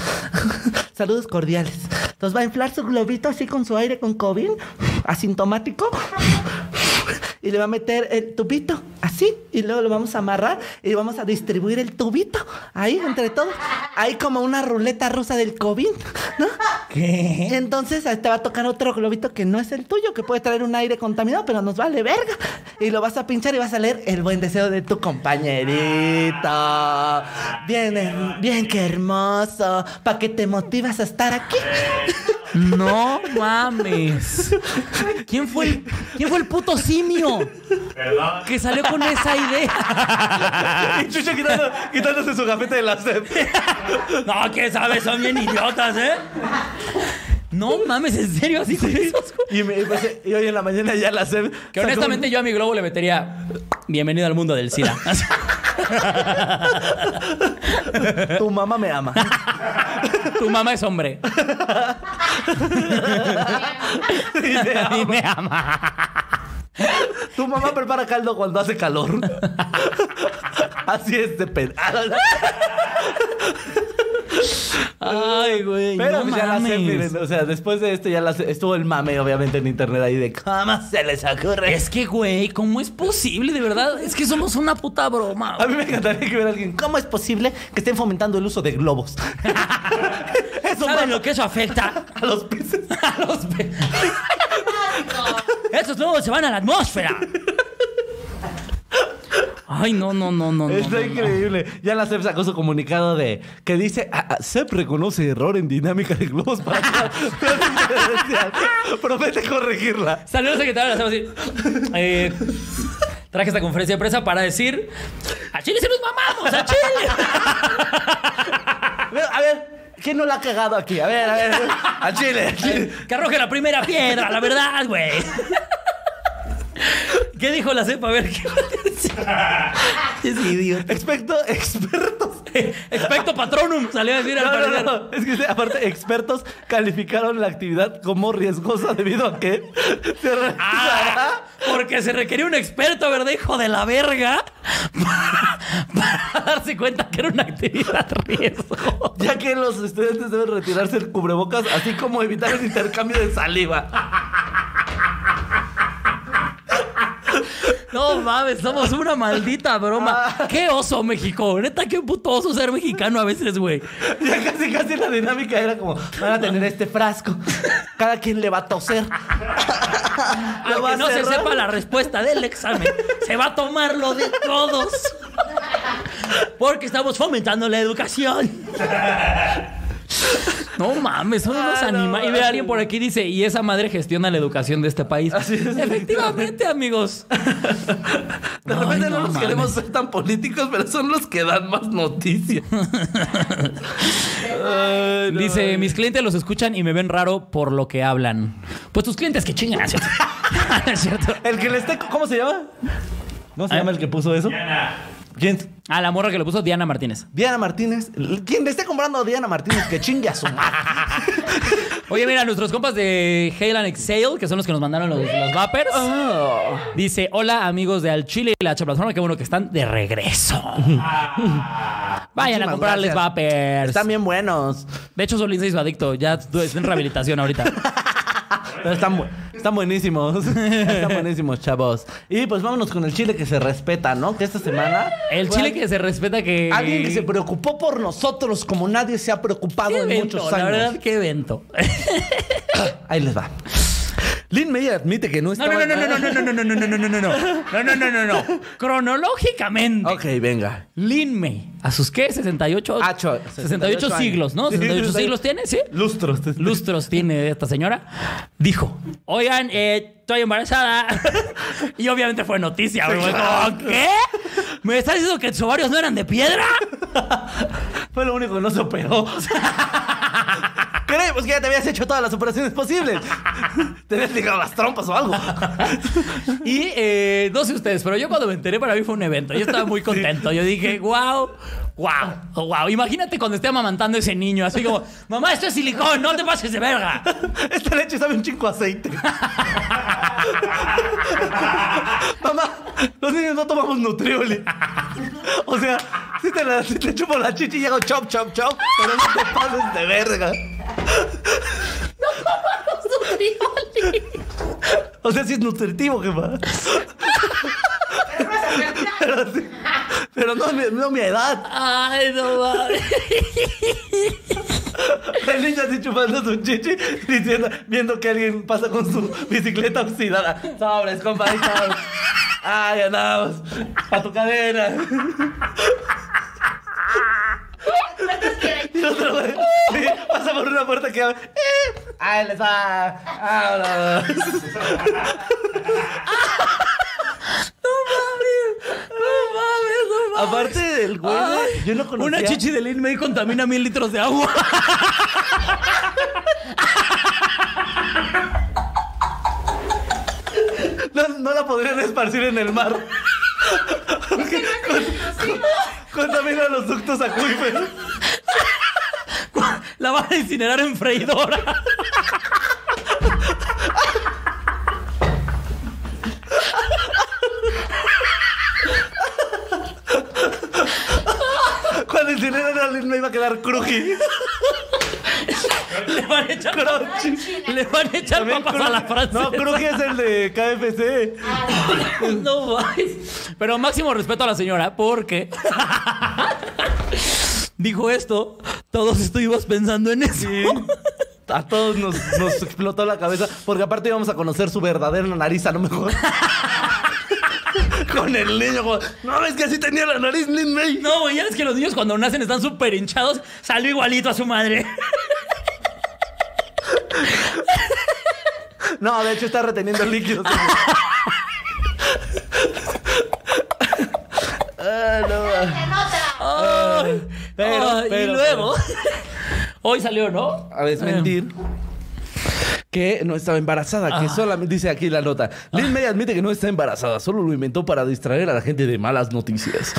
Speaker 1: Saludos cordiales. Entonces va a inflar su globito así con su aire con COVID, asintomático. Y le va a meter el tubito, así, y luego lo vamos a amarrar y vamos a distribuir el tubito ahí entre todos. Ahí como una ruleta rusa del COVID, ¿no?
Speaker 2: ¿Qué?
Speaker 1: Entonces te va a tocar otro globito que no es el tuyo, que puede traer un aire contaminado, pero nos vale verga. Y lo vas a pinchar y vas a leer el buen deseo de tu compañerito. Bien, her- bien, qué hermoso. ¿Para que te motivas a estar aquí?
Speaker 2: No mames. ¿Quién fue el, quién fue el puto simio que salió con esa idea?
Speaker 1: Y Chucho quitándose su gafete de la sed.
Speaker 2: No, quién sabe, son bien idiotas, ¿eh? No mames, ¿en serio? ¿Así con esos, güey?
Speaker 1: Y, me- pues, eh, y hoy en la mañana ya la sed.
Speaker 2: Que honestamente yo a mi globo le metería bienvenido al mundo del SIDA.
Speaker 1: Tu mamá me ama.
Speaker 2: Tu mamá es hombre. A mí me ama.
Speaker 1: Tu mamá prepara caldo cuando hace calor. Así es de pen.
Speaker 2: Ay, güey.
Speaker 1: Pero
Speaker 2: no
Speaker 1: pues, ya la sé,
Speaker 2: mames.
Speaker 1: miren, o sea, después de esto ya la sé. estuvo el mame obviamente en internet ahí de cómo se les ocurre.
Speaker 2: Es que, güey, ¿cómo es posible? De verdad, es que somos una puta broma.
Speaker 1: A mí me encantaría que hubiera alguien, ¿cómo es posible que estén fomentando el uso de globos? Eso
Speaker 2: ¿Saben
Speaker 1: mata
Speaker 2: lo que eso afecta?
Speaker 1: a los peces.
Speaker 2: A los pe- Estos nuevos se van a la atmósfera. Ay, no, no, no, no. no,
Speaker 1: Está
Speaker 2: no, no.
Speaker 1: increíble. Ya la CEP sacó su comunicado de que dice ah, ah, CEP reconoce error en dinámica de globos para Promete corregirla.
Speaker 2: Salió el secretario de la SEP así. eh, traje esta conferencia de prensa para decir: ¡A Chile se nos mamamos! ¡A Chile!
Speaker 1: A ver, a ver, ¿quién no la ha cagado aquí? A ver, a ver. A Chile, a Chile.
Speaker 2: Que arroje la primera piedra, la verdad, güey. ¿Qué dijo la CEP? A ver, ¿qué Es idiota.
Speaker 1: Expecto, expertos.
Speaker 2: Expecto patronum, salió a decir al
Speaker 1: No, no,
Speaker 2: parecer.
Speaker 1: no. Es que aparte, expertos calificaron la actividad como riesgosa debido a que se realizará.
Speaker 2: Ah, porque se requería un experto, ¿verdad, hijo de la verga? Para, para darse cuenta que era una actividad riesgo.
Speaker 1: Ya que los estudiantes deben retirarse el cubrebocas, así como evitar el intercambio de saliva.
Speaker 2: No mames, somos una maldita broma.
Speaker 1: Ah.
Speaker 2: Qué oso México. Neta, qué puto oso ser mexicano a veces, güey.
Speaker 1: Ya casi, casi la dinámica era como, van a tener este frasco. Cada quien le va a toser. Lo va
Speaker 2: Aunque
Speaker 1: a
Speaker 2: no se
Speaker 1: cerrar.
Speaker 2: sepa la respuesta del examen, se va a tomar lo de todos. Porque estamos fomentando la educación. No mames, son unos
Speaker 1: Ah, no
Speaker 2: animales. Y ve
Speaker 1: mames.
Speaker 2: alguien por aquí dice, y esa madre gestiona la educación de este país.
Speaker 1: Así es.
Speaker 2: Efectivamente, amigos.
Speaker 1: De
Speaker 2: Ay,
Speaker 1: repente
Speaker 2: no
Speaker 1: no, nos
Speaker 2: mames.
Speaker 1: queremos ser tan políticos, pero son los que dan más noticias. Ay, no.
Speaker 2: Dice, mis clientes los escuchan y me ven raro por lo que hablan. Pues tus clientes que chingan, ¿cierto? ¿Es cierto?
Speaker 1: El que le esté. ¿Cómo se llama? ¿Cómo se
Speaker 2: Ah.
Speaker 1: llama el que puso eso? ¿Quién?
Speaker 2: A la morra que lo puso Diana Martínez.
Speaker 1: Diana Martínez. Quien le esté comprando a Diana Martínez, que chingue a su madre.
Speaker 2: Oye, mira, nuestros compas de Hail and Exhale, que son los que nos mandaron los, los vapers,
Speaker 1: Ah.
Speaker 2: dice, hola amigos de Al Chile y la Hacha Plataforma, qué bueno que están de regreso. Vayan a
Speaker 1: Muchísimas
Speaker 2: comprarles
Speaker 1: gracias.
Speaker 2: vapers.
Speaker 1: Están bien buenos.
Speaker 2: De hecho, Solín se hizo adicto, ya está en rehabilitación ahorita.
Speaker 1: Pero están, bu- están buenísimos. están buenísimos, chavos. Y pues vámonos con el chile que se respeta, ¿no? Que esta semana.
Speaker 2: El
Speaker 1: fue
Speaker 2: chile que se respeta que...
Speaker 1: Alguien que se preocupó por nosotros como nadie se ha preocupado
Speaker 2: Qué
Speaker 1: en
Speaker 2: evento,
Speaker 1: muchos
Speaker 2: la
Speaker 1: años.
Speaker 2: verdad, qué evento.
Speaker 1: Ahí les va. Lin Meyer admite que no
Speaker 2: No,
Speaker 1: estaba...
Speaker 2: no, no, no, no, no, no, no, no, no, no, no, no, no, no, no, no, no, no. Cronológicamente,
Speaker 1: Ok, venga.
Speaker 2: Lin May, ¿a sus qué? 68,
Speaker 1: Ah, cho-
Speaker 2: 68
Speaker 1: años.
Speaker 2: siglos, ¿no?
Speaker 1: Sí,
Speaker 2: 68 siglos tiene, ¿sí?
Speaker 1: Lustros.
Speaker 2: lustros tiene esta señora, dijo, oigan, eh, estoy embarazada. y obviamente fue noticia. güey. Fue como, ¿Qué? ¿Me estás diciendo que sus ovarios no eran de piedra?
Speaker 1: Fue lo único que no se operó. Creemos que ya te habías hecho todas las operaciones posibles. te habías ligado las trompas o algo.
Speaker 2: Y eh, no sé ustedes, pero yo cuando me enteré para mí fue un evento. Yo estaba muy contento. Yo dije, wow, wow, wow. Imagínate cuando esté amamantando ese niño, así como, mamá, esto es silicón, no te pases de verga.
Speaker 1: Esta leche sabe un chingo a aceite. Mamá, los niños no tomamos nutrioli. O sea, si te, la, sí te chupo la chichi y hago chop, chop, chop, pero no te pases de verga. O sea, sí es nutritivo, jefa. Pero, sí- pero no, a mi- no a mi edad.
Speaker 2: Ay, no mames.
Speaker 1: El niño así chupando su chichi, diciendo, viendo que alguien pasa con su bicicleta oxidada. Sobres, compa, ahí estamos. Ay, andamos. A tu cadera. Y otro güey, sí, pasa por una puerta que abre. ¡Eh! Ahí les va. Vámonos.
Speaker 2: No mames, no mames.
Speaker 1: Aparte del güey,
Speaker 2: Ay,
Speaker 1: yo no conocía.
Speaker 2: Una chichi de Lin May contamina mil litros de agua.
Speaker 1: No, no la podrían esparcir en el mar. Porque con- contamina los ductos acuíferos.
Speaker 2: La van a incinerar en freidora.
Speaker 1: Cuando incineran a alguien me iba a quedar cruji.
Speaker 2: Le van a echar
Speaker 1: Crunchy.
Speaker 2: Le van a echar
Speaker 1: También
Speaker 2: papas
Speaker 1: cru-
Speaker 2: a la francesa.
Speaker 1: No, cruji es el de KFC.
Speaker 2: No mames. Pero máximo respeto a la señora porque dijo esto. Todos estuvimos pensando en eso.
Speaker 1: A todos nos, nos explotó la cabeza. Porque aparte íbamos a conocer su verdadera nariz, a lo mejor. Con el niño, como, no ves que así tenía la nariz Lin May.
Speaker 2: No, güey, ya ves que los niños cuando nacen están súper hinchados. Salió igualito a su madre.
Speaker 1: No, de hecho está reteniendo líquidos. Ah, no.
Speaker 2: Ay,
Speaker 1: Eh, Pero,
Speaker 2: ay,
Speaker 1: pero,
Speaker 2: y luego, hoy salió, ¿no? Eh.
Speaker 1: A veces mentir. Que no estaba embarazada,
Speaker 2: Ah.
Speaker 1: que solamente dice aquí la nota. Lin May admite que no está embarazada, solo lo inventó para distraer a la gente de malas noticias.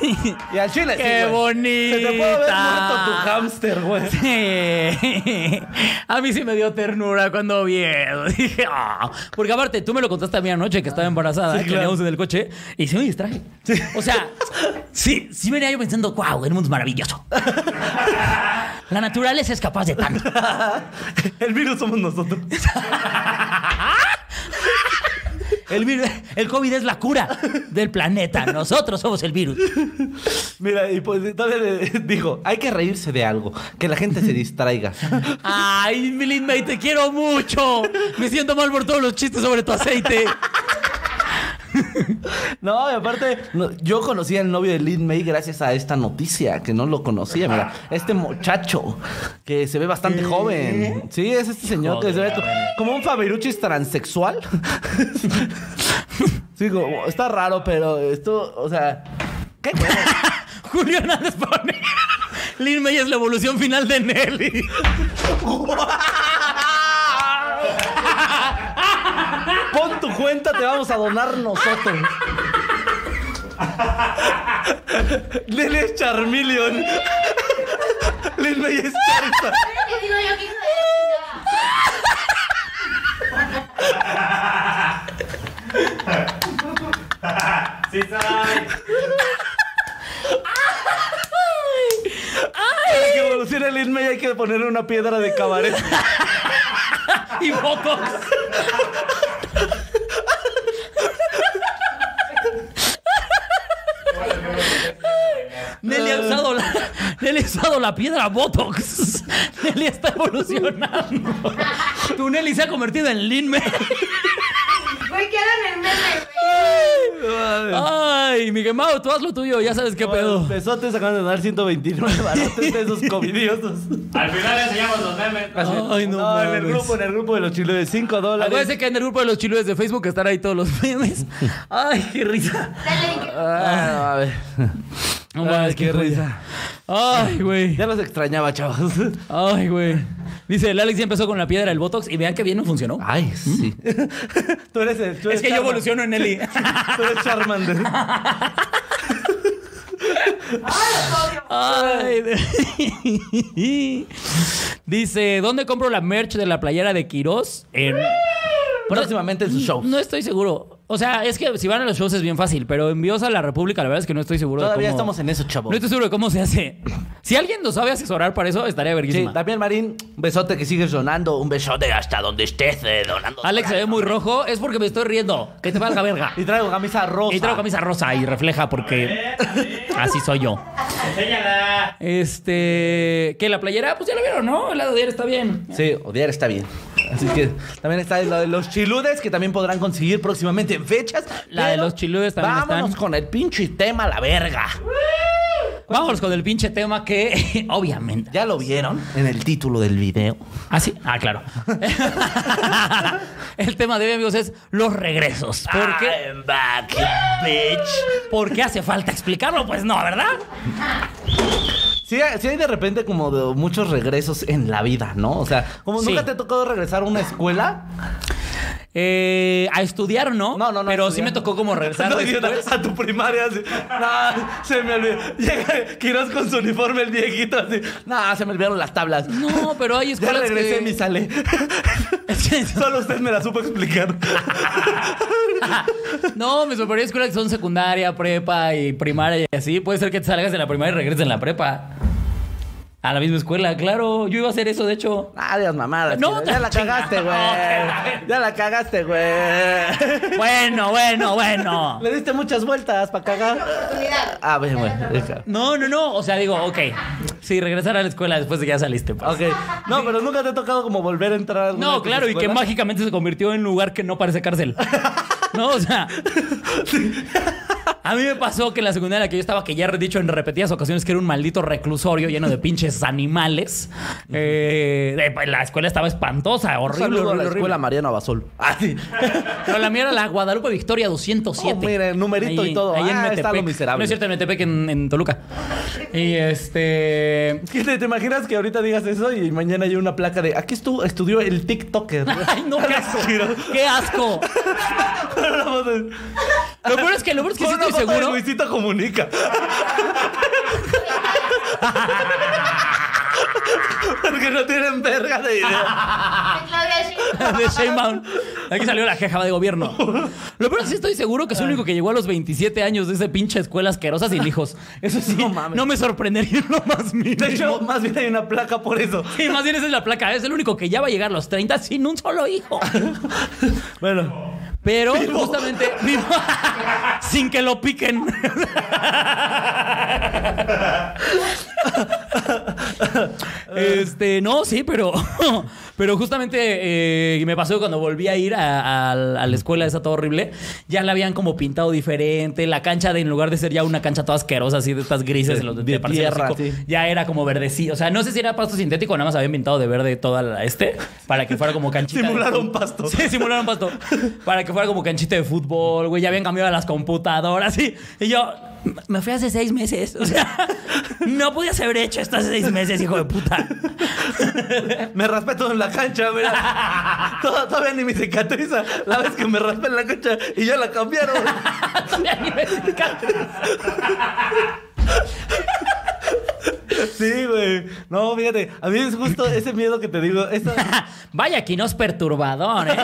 Speaker 1: y al chile, sí,
Speaker 2: ¡Qué
Speaker 1: güey.
Speaker 2: bonita!
Speaker 1: Se te puede haber muerto tu hámster, güey.
Speaker 2: Sí. A mí sí me dio ternura cuando vi eso. Dije, "Ah". Porque aparte, tú me lo contaste a mí anoche que estaba embarazada, que
Speaker 1: claro.
Speaker 2: veníamos en el coche, y sí me distraje. O sea, sí, sí venía yo pensando, wow, el mundo es maravilloso. La naturaleza es capaz de tanto.
Speaker 1: El virus somos nosotros.
Speaker 2: El, virus, el COVID es la cura del planeta. Nosotros somos el virus.
Speaker 1: Mira, y pues todavía le- dijo, hay que reírse de algo, que la gente se distraiga.
Speaker 2: Ay, mi Lin May, te quiero mucho. Me siento mal por todos los chistes sobre tu aceite.
Speaker 1: No, y aparte, no, yo conocí al novio de Lin May gracias a esta noticia, que no lo conocía, mira. Este muchacho que se ve bastante joven. Sí, es este señor que se ve co- como un Fabiruchis transexual. sí, como- está raro, pero esto, o sea... ¿Qué?
Speaker 2: Julio Hernández pone. Lin May es la evolución final de Nelly.
Speaker 1: Pon tu cuenta, te vamos a donar nosotros. Lin es Charmeleon. Lin May es Charizard.
Speaker 3: Te digo yo que hijo de la chingada.
Speaker 1: Para que evolucione el Inmei hay que ponerle una piedra de cabaret.
Speaker 2: Y Botox. Nelly ha usado la, Nelly ha usado la piedra Botox. Nelly está evolucionando. Tu Nelly se ha convertido en Lin May.
Speaker 3: Güey, ¿qué hagan el meme, güey?
Speaker 2: Ay, Miguel Mau, tú haz lo tuyo, ya sabes qué pedo.
Speaker 1: Besotes acaban de donar 129 balotes de esos covidiosos.
Speaker 4: Al final enseñamos los memes.
Speaker 2: Ay, no,
Speaker 1: No, en el
Speaker 2: mames.
Speaker 1: grupo, en el grupo de los chiles de 5 dólares.
Speaker 2: Acuérdense que en el grupo de los chiludes de Facebook estará ahí todos los memes. Ay, qué risa.
Speaker 3: Dale, que-
Speaker 1: Ah, a ver.
Speaker 2: No mames,
Speaker 1: Ay, qué risa.
Speaker 2: Ay, güey.
Speaker 1: Ya los extrañaba, chavos.
Speaker 2: Ay, güey. Dice, el Alex ya empezó con la piedra del Botox y vean que bien no funcionó.
Speaker 1: Ay, sí. tú eres el. tú
Speaker 2: Ah, es
Speaker 1: eres
Speaker 2: que yo
Speaker 1: Charma-
Speaker 2: evoluciono en Eli.
Speaker 1: Tú eres Charmander.
Speaker 2: Ay, de- Dice, ¿dónde compro la merch de la playera de Quirós? En-
Speaker 1: Próximamente en su show.
Speaker 2: No estoy seguro. O sea, es que si van a los shows es bien fácil, pero envíos a la República, la verdad es que no estoy seguro
Speaker 1: Todavía
Speaker 2: de cómo...
Speaker 1: estamos en eso, chavos.
Speaker 2: No estoy seguro de cómo se hace. Si alguien nos sabe asesorar para eso, estaría
Speaker 1: Sí,
Speaker 2: verguísima.
Speaker 1: también Marín, un besote que sigues donando, un besote hasta donde estés eh, donando.
Speaker 2: Alex se ve muy rojo, es porque me estoy riendo. Que te valga verga.
Speaker 1: Y traigo camisa rosa.
Speaker 2: Y traigo camisa rosa y refleja porque así soy yo.
Speaker 4: Enséñala.
Speaker 2: Este, que la playera, pues ya la vieron, ¿no? El lado de ayer está bien.
Speaker 1: Sí, odiar está bien. Así que también está la de los chiludes que también podrán conseguir próximamente en fechas.
Speaker 2: La de
Speaker 1: pero
Speaker 2: los chiludes también
Speaker 1: Vámonos
Speaker 2: están.
Speaker 1: con el pinche tema a la verga.
Speaker 2: Vámonos con el pinche tema que, obviamente.
Speaker 1: ¿Ya lo vieron? En el título del video.
Speaker 2: ¿Ah, sí? Ah, claro. el tema de hoy, amigos, es los regresos. ¿Por qué?
Speaker 1: I'm back, bitch.
Speaker 2: ¿Por qué hace falta explicarlo? Pues no, ¿verdad?
Speaker 1: Sí, hay- sí hay de repente como de muchos regresos en la vida, ¿no? O sea, como
Speaker 2: Sí.
Speaker 1: nunca te ha tocado regresar a una escuela.
Speaker 2: Eh, a estudiar, ¿no?
Speaker 1: No, no, no,
Speaker 2: Pero
Speaker 1: estudiar.
Speaker 2: sí me tocó como regresar
Speaker 1: No,
Speaker 2: después.
Speaker 1: idiota, a tu primaria así. No, se me olvidó. Llega Quirós con su uniforme el viejito así. No, se me olvidaron las tablas.
Speaker 2: No, pero hay
Speaker 1: Ya
Speaker 2: escuelas
Speaker 1: regresé,
Speaker 2: que...
Speaker 1: mi sale.
Speaker 2: Es que-
Speaker 1: Solo usted me la supo explicar.
Speaker 2: No, me sorprendió escuelas que son secundaria, prepa y primaria y así. Puede ser que te salgas de la primaria y regreses en la prepa. A la misma escuela, claro. Yo iba a hacer eso, de hecho.
Speaker 1: Adiós, mamadas.
Speaker 2: No,
Speaker 1: No,
Speaker 2: te-
Speaker 1: ya la cagaste, güey. Ya la cagaste, güey.
Speaker 2: Bueno, bueno, bueno.
Speaker 1: Le diste muchas vueltas para cagar.
Speaker 3: oportunidad.
Speaker 1: A ver, güey. deja.
Speaker 2: No, no, no. O sea, digo, ok. Sí, regresar a la escuela después de que ya saliste. pues.
Speaker 1: Ok. No, pero nunca te ha tocado como volver a entrar. a alguna de
Speaker 2: No,
Speaker 1: tus
Speaker 2: claro, y que
Speaker 1: escuelas?
Speaker 2: mágicamente se convirtió en un lugar que no parece cárcel. No, o sea. A mí me pasó que en la secundaria en la que yo estaba, que ya he dicho en repetidas ocasiones que era un maldito reclusorio lleno de pinches animales. eh, de- la escuela estaba espantosa,
Speaker 1: Un
Speaker 2: horrible.
Speaker 1: saludo
Speaker 2: horrible,
Speaker 1: a la
Speaker 2: horrible.
Speaker 1: escuela Mariano Abasol. Ah, sí.
Speaker 2: Pero la mía era la Guadalupe Victoria 207.
Speaker 1: Oh, mira, el numerito y todo. Ah, está lo
Speaker 2: Metepec.
Speaker 1: miserable.
Speaker 2: No es cierto, en Metepec, en, en Toluca. Y este.
Speaker 1: ¿Qué ¿Te, te imaginas que ahorita digas eso y mañana hay una placa de aquí estuvo, estudió el TikToker?
Speaker 2: Ay, no, qué asco. Qué asco. Lo peor es que, lo peor es que sí
Speaker 1: Con una
Speaker 2: estoy
Speaker 1: foto de
Speaker 2: seguro.
Speaker 1: Luisito comunica. Porque no tienen verga de
Speaker 2: Ah,
Speaker 1: idea.
Speaker 3: De Claudia Sheinbaum.
Speaker 2: de Sheinbaum. Aquí salió la jefa de gobierno. Lo peor es que estoy seguro que es el único que llegó a los 27 años de esa pinche escuela asquerosa sin hijos. Eso sí,
Speaker 1: No
Speaker 2: no,
Speaker 1: mames.
Speaker 2: me sorprendería en lo más mínimo.
Speaker 1: De hecho, más bien hay una placa por eso.
Speaker 2: Sí, más bien esa es la placa. Es el único que ya va a llegar a los 30 sin un solo hijo.
Speaker 1: Bueno,
Speaker 2: Pero justamente vivo sin que lo piquen. Este, no, sí, pero, pero justamente eh, me pasó cuando volví a ir a, a- a la escuela esa todo horrible, ya la habían como pintado diferente, la cancha de en lugar de ser ya una cancha toda asquerosa así de estas grises,
Speaker 1: De-
Speaker 2: en los
Speaker 1: de
Speaker 2: parecía
Speaker 1: tierra,
Speaker 2: hocico,
Speaker 1: sí.
Speaker 2: ya era como verdecito, o sea, no sé si era pasto sintético, nada más habían pintado de verde toda la este para que fuera como canchita. de
Speaker 1: Simularon
Speaker 2: fut-
Speaker 1: pasto.
Speaker 2: Sí, simularon pasto para que fuera como canchita de fútbol, güey, ya habían cambiado las computadoras y, y yo me fui hace seis meses, o sea, no podías haber hecho esto hace seis meses, hijo de puta.
Speaker 1: Me raspé todo en la cancha, mira. Todo- todavía ni me cicatriza. La vez que me raspé en la cancha y ya la cambiaron. Sí, güey. No, fíjate. A mí es justo ese miedo que te digo. Esa...
Speaker 2: Vaya, aquí nos perturbador, ¿eh?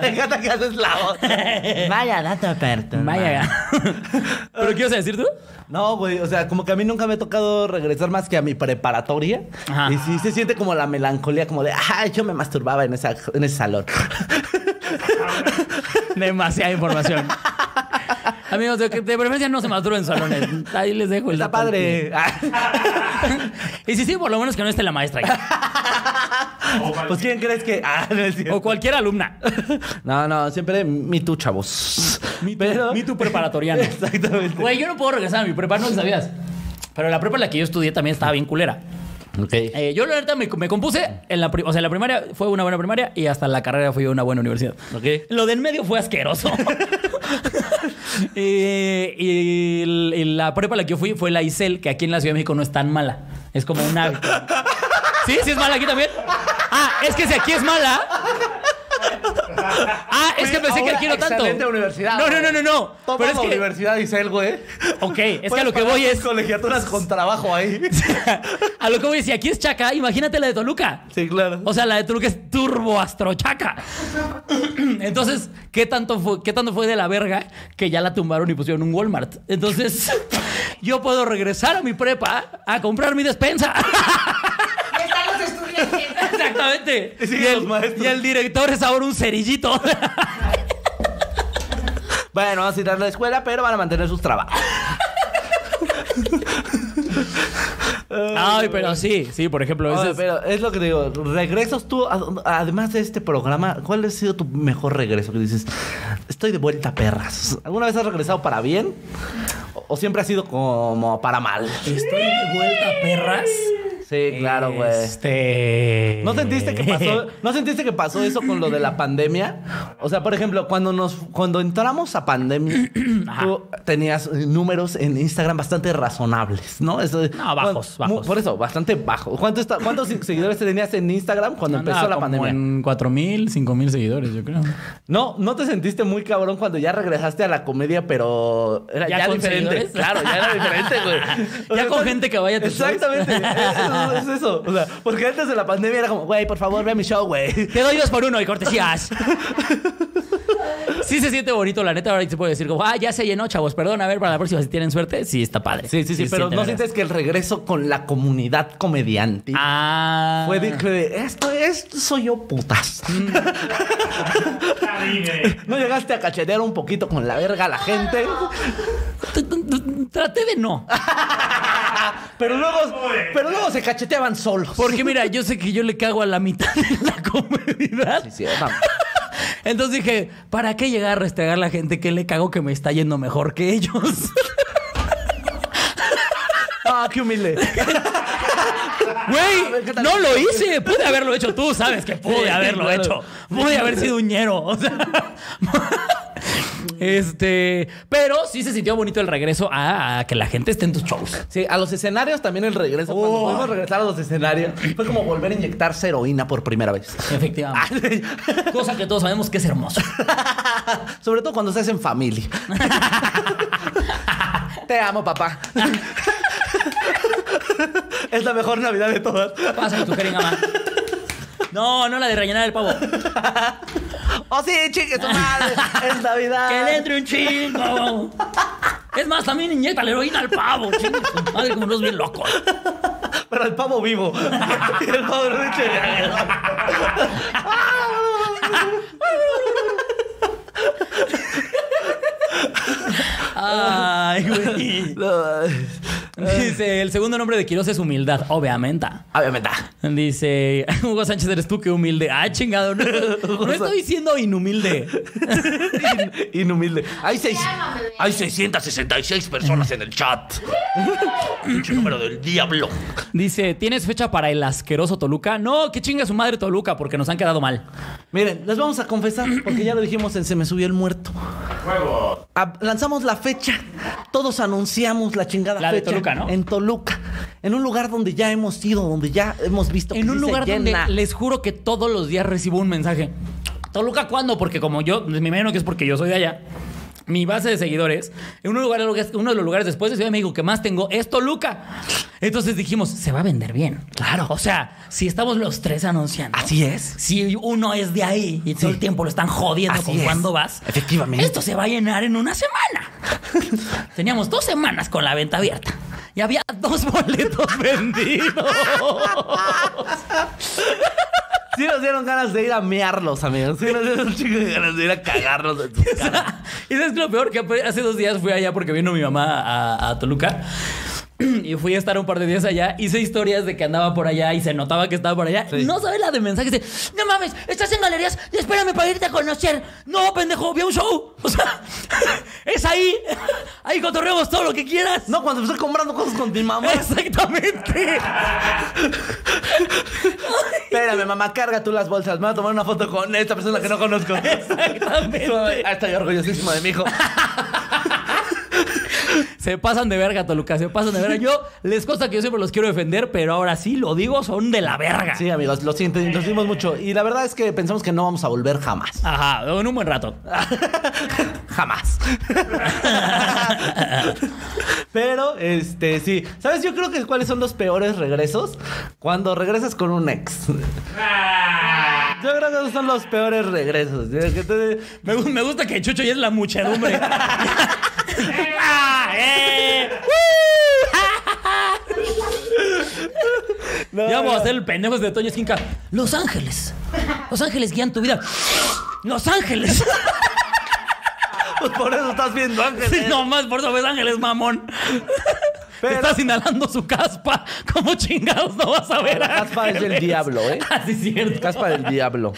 Speaker 1: Me encanta que haces la voz. Vaya dato perto.
Speaker 2: Vaya. ¿Pero qué ibas a decir tú?
Speaker 1: No, güey, o sea, como que a mí nunca me ha tocado regresar más que a mi preparatoria.
Speaker 2: Ajá.
Speaker 1: Y sí se siente como la melancolía, como de, ah, yo me masturbaba en, esa, en ese salón.
Speaker 2: Demasiada información. Amigos, de, de preferencia no se masturben salones. Ahí les dejo el
Speaker 1: Está
Speaker 2: dato al
Speaker 1: padre.
Speaker 2: pie. Y si sí, por lo menos que no esté la maestra ahí.
Speaker 1: pues ¿quién crees que...? Ah, no es cierto.
Speaker 2: O cualquier alumna.
Speaker 1: No, no, siempre mi tú, chavos. Mi
Speaker 2: Ni tu preparatoriana.
Speaker 1: Exactamente.
Speaker 2: Güey, yo no puedo regresar a mi prepa, no lo sabías. Pero la prepa en la que yo estudié también estaba bien culera.
Speaker 1: Ok.
Speaker 2: Eh, yo la neta me, me compuse en la, pri- o sea, en la primaria fue una buena primaria y hasta la carrera fui a una buena universidad.
Speaker 1: Ok.
Speaker 2: Lo del medio fue asqueroso. Eh, y, el- y la prepa a la que yo fui fue la ICEL, que aquí en la Ciudad de México no es tan mala. Es como un hábito. ¿Sí? ¿Sí es mala aquí también? Ah, es que si aquí es mala. Ah, es que
Speaker 1: Fui
Speaker 2: pensé
Speaker 1: a
Speaker 2: que
Speaker 1: una
Speaker 2: aquí no tanto.
Speaker 1: excelente universidad,
Speaker 2: No, no,
Speaker 1: güey.
Speaker 2: no, no, no.
Speaker 1: Toma
Speaker 2: Pero es
Speaker 1: la
Speaker 2: que.
Speaker 1: universidad, dice el güey.
Speaker 2: Ok, es que a
Speaker 1: Puedes
Speaker 2: lo que
Speaker 1: pagar
Speaker 2: voy
Speaker 1: tus
Speaker 2: es.
Speaker 1: colegiaturas con trabajo ahí.
Speaker 2: a lo que voy es, si aquí es Chaca, imagínate la de Toluca.
Speaker 1: Sí, claro.
Speaker 2: O sea, la de Toluca es turbo astrochaca. Entonces, ¿qué tanto, fue, ¿qué tanto fue de la verga que ya la tumbaron y pusieron un Walmart? Entonces, yo puedo regresar a mi prepa a comprar mi despensa.
Speaker 3: Ya están los estudiantes.
Speaker 2: Exactamente.
Speaker 1: Y siguen
Speaker 2: el,
Speaker 1: los maestros.
Speaker 2: y el director es ahora un cerillito.
Speaker 1: Bueno, van a citar la escuela, pero van a mantener sus trabajos.
Speaker 2: Ay, pero sí, sí, por ejemplo, ese
Speaker 1: Oye,
Speaker 2: es-
Speaker 1: pero es lo que te digo. Regresos tú, a- además de este programa, ¿cuál ha sido tu mejor regreso? Que dices, estoy de vuelta, perras. ¿Alguna vez has regresado para bien? ¿O, o siempre ha sido como para mal?
Speaker 2: Estoy de vuelta, perras.
Speaker 1: Sí, claro, güey.
Speaker 2: Este.
Speaker 1: ¿No sentiste que
Speaker 2: Eh.
Speaker 1: pasó, ¿no sentiste que pasó eso con lo de la pandemia? O sea, por ejemplo, cuando nos cuando entramos a pandemia, tú tenías eh, números en Instagram bastante razonables, ¿no? Eso, de-
Speaker 2: No, bajos,
Speaker 1: bueno, mu-
Speaker 2: bajos.
Speaker 1: Por eso, bastante bajos. ¿Cuántos ¿Cuántos seguidores tenías en Instagram cuando
Speaker 2: Andaba
Speaker 1: empezó la
Speaker 2: como
Speaker 1: pandemia?
Speaker 2: En 4000, 5000 seguidores, yo creo.
Speaker 1: No, ¿no te sentiste muy cabrón cuando ya regresaste a la comedia, pero era
Speaker 2: ¿Ya
Speaker 1: ya,
Speaker 2: con
Speaker 1: diferente?
Speaker 2: seguidores?
Speaker 1: Claro, ya era diferente, güey.
Speaker 2: Ya con gente que vaya a tus shows.
Speaker 1: Exactamente. Eso, es eso. O sea, porque antes de la pandemia era como, güey, por favor, ve a mi show, güey.
Speaker 2: Te doy dos por uno de cortesías. Sí se siente bonito, la neta. Ahora se puede decir como, ah, ya se llenó, chavos. Perdón, a ver, para la próxima, si tienen suerte, sí está padre.
Speaker 1: Sí, sí, sí, pero
Speaker 2: siente
Speaker 1: ¿no
Speaker 2: vergas.
Speaker 1: sientes que el regreso con la comunidad comediante
Speaker 2: Ah.
Speaker 1: fue de, fue de, esto es, soy yo putas?
Speaker 4: Está libre.
Speaker 1: ¿No llegaste a cachetear un poquito con la verga a la gente?
Speaker 2: T- t- t- Traté de no.
Speaker 1: Pero luego, pero luego se cacheteaban solos.
Speaker 2: Porque mira, yo sé que yo le cago a la mitad de la comunidad.
Speaker 1: Sí, sí, vamos.
Speaker 2: Entonces dije, ¿para qué llegar a restregar la gente que le cago que me está yendo mejor que ellos?
Speaker 1: Ah, qué humilde. Ah,
Speaker 2: Güey, no lo hice. Pude haberlo hecho tú, sabes que pude
Speaker 1: Sí,
Speaker 2: haberlo
Speaker 1: claro.
Speaker 2: hecho. Pude haber sido un ñero. O sea. Este, pero sí se sintió bonito el regreso a, a que la gente esté en tus shows.
Speaker 1: Sí, a los escenarios también el regreso. Cuando
Speaker 2: Oh.
Speaker 1: pudimos regresar a los escenarios, fue como volver a inyectarse heroína por primera vez.
Speaker 2: Efectivamente. Ah, Cosa que todos sabemos que es hermoso.
Speaker 1: Sobre todo cuando estás en familia. Te amo, papá. es la mejor Navidad de todas.
Speaker 2: Pásame tu jeringa más. No, no la de rellenar el pavo.
Speaker 1: Oh, sí, chique, tu madre. Es Navidad.
Speaker 2: Que le entre un chingo. Es más, también inyecta la heroína al pavo. Chingue su Madre, como unos bien locos.
Speaker 1: Pero el pavo vivo. Y el pavo de leche.
Speaker 2: Ay, güey. Dice, el segundo nombre de Quiroz es humildad, obviamente.
Speaker 1: Obviamente.
Speaker 2: Dice, Hugo Sánchez, eres tú que humilde. Ah, chingado. No, no estoy diciendo inhumilde.
Speaker 1: Inhumilde. Hay, seis,
Speaker 3: Llámame, bebé.
Speaker 1: hay 666 personas en el chat. Pinche número del diablo.
Speaker 2: Dice, ¿tienes fecha para el asqueroso Toluca? No, que chinga su madre Toluca, porque nos han quedado mal.
Speaker 1: Miren, les vamos a confesar, porque ya lo dijimos en Se me subió el muerto.
Speaker 4: Huevo.
Speaker 1: A- lanzamos la fecha. Todos anunciamos la chingada
Speaker 2: La de
Speaker 1: fecha.
Speaker 2: Toluca, ¿no?
Speaker 1: En Toluca. En un lugar donde ya hemos ido, donde ya hemos visto
Speaker 2: En
Speaker 1: que
Speaker 2: un
Speaker 1: sí se
Speaker 2: lugar donde
Speaker 1: llena.
Speaker 2: les juro que todos los días recibo un mensaje. Toluca, ¿cuándo? Porque como yo, me imagino que es porque yo soy de allá. Mi base de seguidores, en un lugar, uno de los lugares después de Ciudad de México que más tengo es Toluca. Entonces dijimos, se va a vender bien. Claro. O sea, si estamos los tres anunciando.
Speaker 1: Así es.
Speaker 2: Si uno es de ahí y todo el tiempo lo están jodiendo
Speaker 1: Así
Speaker 2: con
Speaker 1: es.
Speaker 2: cuándo vas.
Speaker 1: Efectivamente.
Speaker 2: Esto se va a llenar en una semana. Teníamos dos semanas con la venta abierta. Y había dos boletos vendidos.
Speaker 1: Sí nos dieron ganas de ir a mearlos, amigos. Sí nos dieron un chingo de ganas de ir a cagarnos en sus caras.
Speaker 2: y es lo peor que hace dos días fui allá porque vino mi mamá a, a Toluca. Y fui a estar un par de días allá, hice historias de que andaba por allá y se notaba que estaba por allá.
Speaker 1: Sí.
Speaker 2: No sabes la de mensajes de, no mames, estás en galerías, espérame para irte a conocer. No, pendejo, vi a un show. O sea, es ahí, ahí cotorreamos todo lo que quieras.
Speaker 1: No, cuando estoy comprando cosas con mi mamá.
Speaker 2: Exactamente.
Speaker 1: Espérame, mamá, carga tú las bolsas. Me voy a tomar una foto con esta persona que no conozco.
Speaker 2: Exactamente.
Speaker 1: Ah, estoy orgullosísimo de mi hijo.
Speaker 2: Se pasan de verga, Toluca, se pasan de verga. Yo les consta que yo siempre los quiero defender, pero ahora sí lo digo, son de la verga.
Speaker 1: Sí, amigos, lo siento, lo sentimos mucho. Y la verdad es que pensamos que no vamos a volver jamás.
Speaker 2: Ajá, en un buen rato.
Speaker 1: Jamás. Pero, este, sí. ¿Sabes? Yo creo que cuáles son los peores regresos. Cuando regresas con un ex.
Speaker 4: Ah.
Speaker 1: Yo creo que esos son los peores regresos. Yo creo que tú-
Speaker 2: Me, gu- me gusta que Chucho ya es la muchedumbre. Ah, eh.
Speaker 1: No,
Speaker 2: ya vamos a
Speaker 1: no.
Speaker 2: hacer el pendejo de Toño Esquinca. Los Ángeles. Los Ángeles guían tu vida. Los Ángeles.
Speaker 1: Pues por eso estás viendo ¿eh?". Ángeles.
Speaker 2: Sí, nomás por eso ves Ángeles, mamón.
Speaker 1: Pero-
Speaker 2: Estás inhalando su caspa. ¿Cómo chingados no vas a ver?
Speaker 1: La caspa es del
Speaker 2: Ángeles?
Speaker 1: diablo, ¿eh?
Speaker 2: Ah, sí, es cierto.
Speaker 1: Caspa del diablo.